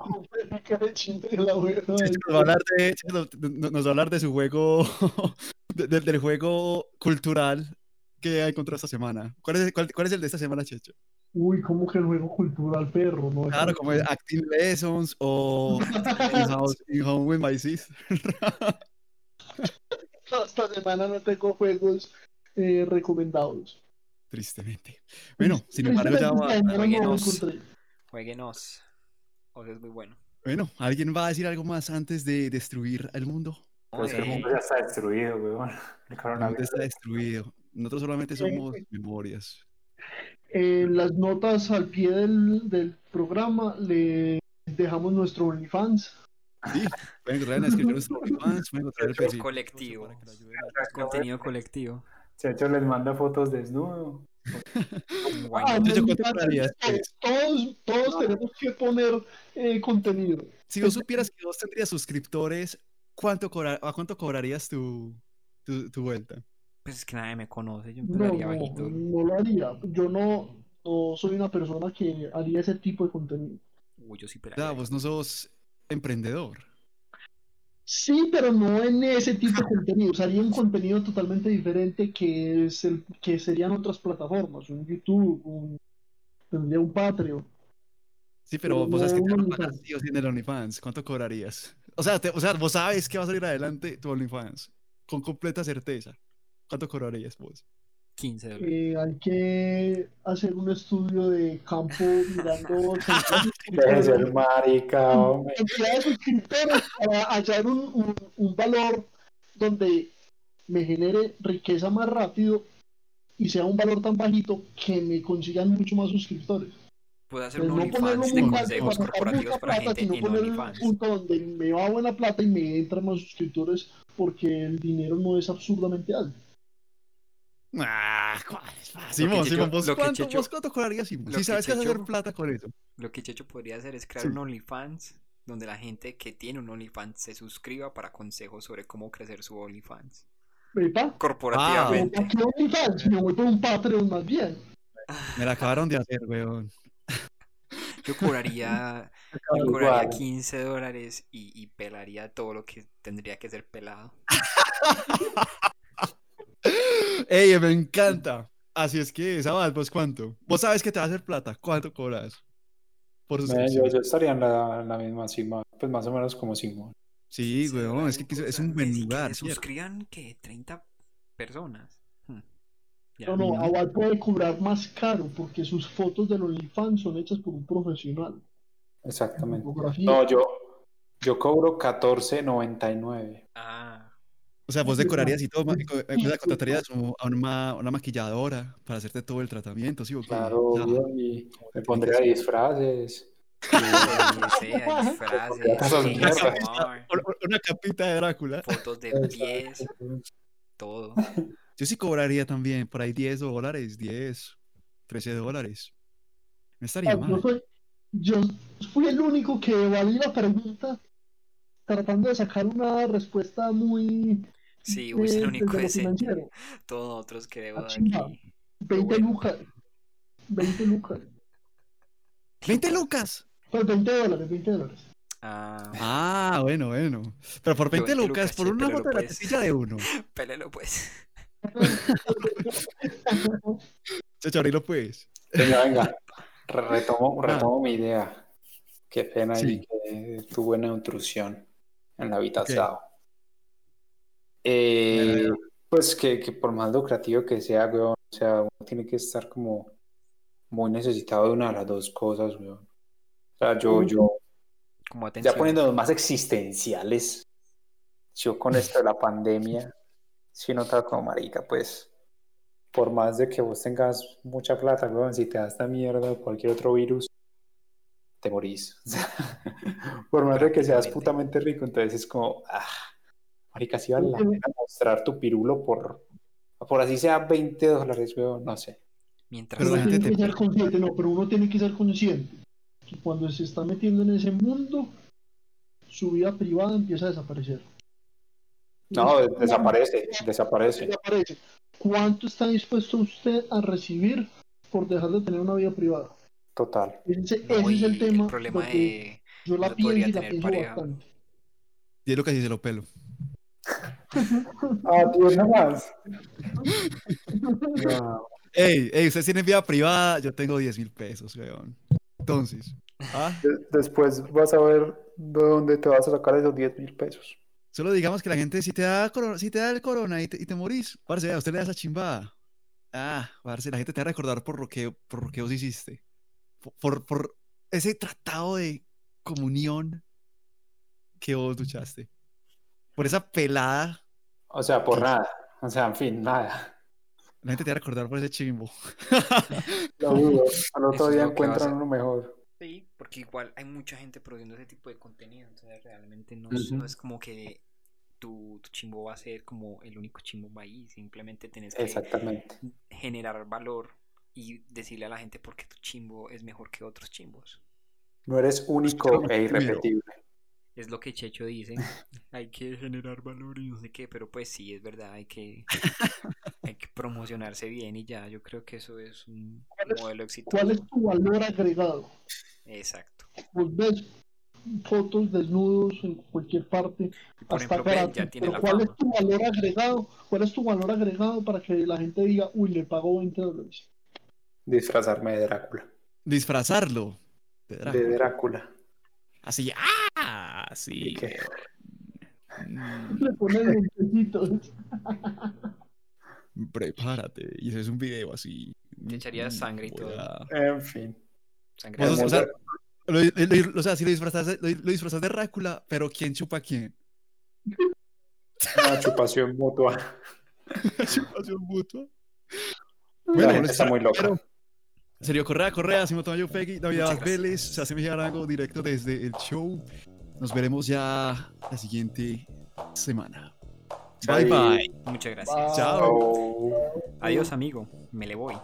Speaker 2: Checho nos va a hablar de, Checho nos- nos- nos va a hablar de su juego, (laughs) de- del- del juego cultural que ha encontrado esta semana. ¿Cuál es, cuál, cuál es el de esta semana, Checho?
Speaker 3: Uy, como que el juego cultural perro, ¿no?
Speaker 2: Claro, como ah, el Acting Lessons o (laughs) In House- In Home with My Sis.
Speaker 3: Esta semana no tengo juegos eh, recomendados.
Speaker 2: Tristemente.
Speaker 3: (laughs)
Speaker 2: Bueno, sin embargo, ya va-
Speaker 3: Esta semana no
Speaker 5: Jueguenos.
Speaker 3: encontré.
Speaker 5: Jueguenos. O sea, es muy bueno.
Speaker 2: bueno, ¿alguien va a decir algo más antes de destruir al mundo?
Speaker 4: Pero es Pues que el
Speaker 5: Eh,
Speaker 4: (laughs) mundo ya está destruido, weón. (laughs) El
Speaker 2: El mundo
Speaker 4: coronavirus.
Speaker 2: está destruido. Nosotros solamente
Speaker 3: Sí.
Speaker 2: somos memorias.
Speaker 3: En las notas al pie del, del programa le dejamos nuestro OnlyFans.
Speaker 2: Sí, pueden encontrar en la descripción nuestro OnlyFans, pueden encontrar el
Speaker 5: Chocho
Speaker 2: perfil
Speaker 5: colectivo.
Speaker 2: para que la ayuden a-
Speaker 5: Contenido colectivo.
Speaker 4: Checho les manda fotos desnudo.
Speaker 3: Ah,
Speaker 2: Checho, ¿cuánto
Speaker 3: no, no,
Speaker 2: pagarías, pues?
Speaker 3: Todos, todos tenemos que poner eh, contenido.
Speaker 2: Si vos supieras que vos tendrías suscriptores, ¿cuánto cobra- ¿a cuánto cobrarías tu, tu, tu vuelta?
Speaker 5: Pues es que nadie me conoce, yo
Speaker 3: No,
Speaker 5: empezaría
Speaker 3: no,
Speaker 5: bajito.
Speaker 3: no lo haría. Yo no, no soy una persona que haría ese tipo de contenido.
Speaker 5: Uy, yo sí
Speaker 2: O sea,
Speaker 4: pues,
Speaker 5: pelaría.
Speaker 2: vos no sos emprendedor.
Speaker 3: Sí, pero no en ese tipo de contenido. O sea, haría un contenido totalmente diferente que es el que serían otras plataformas, un YouTube, un, tendría un Patreon.
Speaker 2: Sí, pero
Speaker 3: No,
Speaker 2: vos sabes que te
Speaker 3: no,
Speaker 2: van a
Speaker 3: no.
Speaker 2: pagar sí o sí en el OnlyFans. ¿Cuánto cobrarías? O sea, te- o sea, vos sabes que va a salir adelante tu OnlyFans. Con completa certeza. ¿Cuánto cobrarías vos?
Speaker 5: 15 dólares.
Speaker 3: Eh, hay que hacer un estudio de campo mirando
Speaker 4: Debe ser marica, hombre.
Speaker 3: cantidad de suscriptores para hallar un, un, un valor donde me genere riqueza más rápido y sea un valor tan bajito que me consigan mucho más suscriptores.
Speaker 5: Puedo hacer
Speaker 3: Pues
Speaker 5: un
Speaker 3: no ponerlo
Speaker 5: OnlyFans
Speaker 3: muy
Speaker 5: de
Speaker 3: alto
Speaker 5: consejos
Speaker 3: para sacar mucha
Speaker 5: corporativos para
Speaker 3: plata,
Speaker 5: gente
Speaker 3: sino
Speaker 5: en
Speaker 3: ponerlo en un
Speaker 5: OnlyFans.
Speaker 3: punto donde me va buena plata y me entran más suscriptores porque el dinero no es absurdamente alto.
Speaker 2: Ah, ¿cuál es fácil? Simón,
Speaker 5: Checho-
Speaker 2: Simón, ¿vos
Speaker 5: lo que
Speaker 2: cuánto,
Speaker 5: Checho-
Speaker 2: vos cuánto cobrarías, Simón?
Speaker 5: lo
Speaker 2: Si
Speaker 5: que
Speaker 2: sabes que vas a
Speaker 5: Checho-
Speaker 2: hacer plata con eso.
Speaker 5: Lo que Checho podría hacer es crear
Speaker 2: Sí.
Speaker 5: un OnlyFans donde la gente que tiene un OnlyFans se suscriba para consejos sobre cómo crecer su OnlyFans.
Speaker 3: ¿Verdad? Pero
Speaker 5: Corporativamente.
Speaker 3: ¿para qué OnlyFans? Me voy por un Patreon más bien.
Speaker 2: Me la acabaron de hacer, weón.
Speaker 5: Yo
Speaker 3: (laughs)
Speaker 5: cobraría, yo cobraría 15 dólares y, y pelaría todo lo que tendría que ser pelado.
Speaker 2: Ey, me encanta. Así es que, Sabad, ¿vos cuánto? Vos sabes que te va a hacer plata. ¿Cuánto cobras? Por
Speaker 4: Eh, yo,
Speaker 2: suscripción.
Speaker 4: yo estaría en la, en la misma cima, pues más o menos como Simón.
Speaker 2: Sí, weón, es que quiso- es un buen lugar.
Speaker 5: Que
Speaker 2: ¿cierto?
Speaker 5: suscriban que 30 personas. Hmm. Ya.
Speaker 3: No, no, Abad puede cobrar más caro porque sus fotos del OnlyFans son hechas por un profesional.
Speaker 4: Exactamente.
Speaker 3: Fotografía.
Speaker 4: No, yo, yo cobro 14.99.
Speaker 5: Ah, (laughs)
Speaker 2: O sea, vos decorarías y todo, ma- co- eh, o sea, contratarías un- a una, una maquilladora para hacerte todo el tratamiento, ¿sí o qué?
Speaker 4: Claro,
Speaker 2: O sea,
Speaker 4: obvio, y me pondría disfraces. y-
Speaker 5: que sea,
Speaker 3: (laughs)
Speaker 5: disfraces,
Speaker 4: Esas
Speaker 5: sí,
Speaker 4: mierdas.
Speaker 5: amor,
Speaker 2: o- o- Una capita de Drácula.
Speaker 5: fotos de pies, todo.
Speaker 2: Yo sí cobraría también por ahí 10 dólares, 10, 13 dólares. No estaría
Speaker 3: Ah, yo,
Speaker 2: mal.
Speaker 3: soy- yo fui el único que evadí la pregunta tratando de sacar una respuesta muy
Speaker 5: Sí, uy, es el
Speaker 3: eh,
Speaker 5: único
Speaker 3: desde lo
Speaker 5: decente.
Speaker 3: financiero.
Speaker 5: Todos otros creo
Speaker 3: Ah, chimba.
Speaker 5: aquí.
Speaker 3: 20
Speaker 5: bueno.
Speaker 3: lucas. 20 lucas.
Speaker 2: 20 lucas.
Speaker 3: Pues 20 dólares, 20 dólares.
Speaker 5: Ah, (laughs)
Speaker 2: Ah, bueno, bueno. Pero por
Speaker 5: 20
Speaker 2: 20 lucas,
Speaker 5: lucas,
Speaker 2: por
Speaker 5: sí,
Speaker 2: una
Speaker 5: pero
Speaker 2: foto de la
Speaker 5: pues.
Speaker 2: tetilla de uno.
Speaker 5: pélelo pues.
Speaker 2: Chacharilo, pues. (laughs)
Speaker 4: Venga, venga. Re- Retomo, retomo mi idea. Qué pena
Speaker 2: Ah. Sí.
Speaker 4: y que tuve una intrusión en la habitación. Eh, pues que, que por más lucrativo que sea, weón, o sea, uno tiene que estar como muy necesitado de una de las dos cosas, weón. O sea, yo, yo,
Speaker 5: Como atención.
Speaker 4: ya poniéndonos más existenciales, yo con esto de (laughs) la pandemia, si no trato como marica, pues, por más de que vos tengas mucha plata, weón, si te da esta mierda o cualquier otro virus, te morís. (laughs) O sea, por más de que seas
Speaker 5: Prácticamente.
Speaker 4: putamente rico, entonces es como, ah, marica, si vale la
Speaker 3: Sí, sí.
Speaker 4: pena mostrar tu pirulo por, por así sea 20 dólares, weón, no sé.
Speaker 5: Mientras
Speaker 2: Pero la
Speaker 3: uno
Speaker 5: tanto,
Speaker 2: gente te
Speaker 3: tiene que ser
Speaker 2: pide.
Speaker 3: consciente, no, pero uno tiene que ser consciente que cuando se está metiendo en ese mundo, su vida privada empieza a desaparecer.
Speaker 4: No, desaparece, desaparece.
Speaker 3: Desaparece. ¿Cuánto está dispuesto usted a recibir por dejar de tener una vida privada?
Speaker 4: Total.
Speaker 3: Ese, ese
Speaker 5: no,
Speaker 3: es
Speaker 5: y
Speaker 3: el tema.
Speaker 5: problema
Speaker 3: porque
Speaker 5: de
Speaker 3: yo la
Speaker 5: no podría
Speaker 3: pienso y la
Speaker 5: tener
Speaker 3: pienso
Speaker 5: pareja.
Speaker 3: bastante.
Speaker 2: 10 lucas y se lo pelo.
Speaker 4: Ah, tío, no más. No,
Speaker 2: Ey, ey, ustedes tienen vida privada. Yo tengo 10 mil pesos, weón. Entonces, ah,
Speaker 4: de- después vas a ver de dónde te vas a sacar esos 10 mil pesos.
Speaker 2: solo digamos que la gente, si te da, corona- si te da el corona y te, y te morís, parce, a usted le da esa chimbada. Ah, parce, la gente te va a recordar por lo que, por lo que vos hiciste. Por, por, por ese tratado de comunión que vos luchaste. Por esa pelada.
Speaker 4: O sea, por nada. O sea, en fin, nada.
Speaker 2: La gente te va a recordar por ese chimbo.
Speaker 4: Lo dudo. Al
Speaker 5: Eso
Speaker 4: otro
Speaker 5: es lo que vas a-
Speaker 4: día encuentran uno mejor.
Speaker 5: Sí, porque igual hay mucha gente produciendo ese tipo de contenido, entonces realmente no,
Speaker 4: Ujú.
Speaker 5: no es como que tu, tu chimbo va a ser como el único chimbo ahí, simplemente tenés que
Speaker 4: Exactamente.
Speaker 5: generar valor y decirle a la gente por qué tu chimbo es mejor que otros chimbos.
Speaker 4: No eres único e irrepetible.
Speaker 5: Es lo que Checho dice, hay que generar valor y no sé qué, pero pues sí, es verdad, hay que, hay que promocionarse bien y ya, yo creo que eso es un
Speaker 3: ¿Cuál es-
Speaker 5: modelo exitoso.
Speaker 3: ¿Cuál es tu valor agregado?
Speaker 5: Exacto.
Speaker 3: Vos ves fotos desnudos en cualquier parte,
Speaker 5: Y por
Speaker 3: hasta
Speaker 5: ejemplo, Ben
Speaker 3: gratis,
Speaker 5: ya tiene
Speaker 3: pero
Speaker 5: la
Speaker 3: ¿cuál
Speaker 5: fama.
Speaker 3: es tu valor agregado? ¿Cuál es tu valor agregado para que la gente diga, uy, le pagó 20 dólares?
Speaker 4: Disfrazarme de Drácula.
Speaker 2: Disfrazarlo. de
Speaker 4: De
Speaker 2: Drácula.
Speaker 4: Drácula.
Speaker 2: Así, ah, así.
Speaker 4: ¿Y qué?
Speaker 2: Mm,
Speaker 3: Le ponen lentecitos.
Speaker 2: Prepárate. Y eso es un video así.
Speaker 5: Te echaría
Speaker 2: Mm,
Speaker 5: sangre y todo.
Speaker 2: hola.
Speaker 4: En fin.
Speaker 5: Sangre
Speaker 2: Vos,
Speaker 5: de
Speaker 2: Pues, o,
Speaker 5: amor.
Speaker 2: sea, lo, lo- lo- o sea, si lo disfrazas, de- lo, lo disfrazas de Drácula, pero ¿quién chupa a (laughs) quién?
Speaker 4: Una chupación mutua.
Speaker 2: Chupación mutua.
Speaker 4: La
Speaker 2: bueno,
Speaker 4: gente está muy loca.
Speaker 2: pero- Sergio Correa, Correa, Simón Tamayo Peggy, David
Speaker 5: Muchas
Speaker 2: Abad
Speaker 5: gracias.
Speaker 2: Vélez, se hace algo directo desde el show. Nos veremos ya la siguiente semana. Bye
Speaker 4: Bye.
Speaker 2: bye.
Speaker 5: Muchas gracias.
Speaker 3: Bye.
Speaker 2: Chao.
Speaker 4: Oh.
Speaker 5: Adiós, amigo. Me le voy.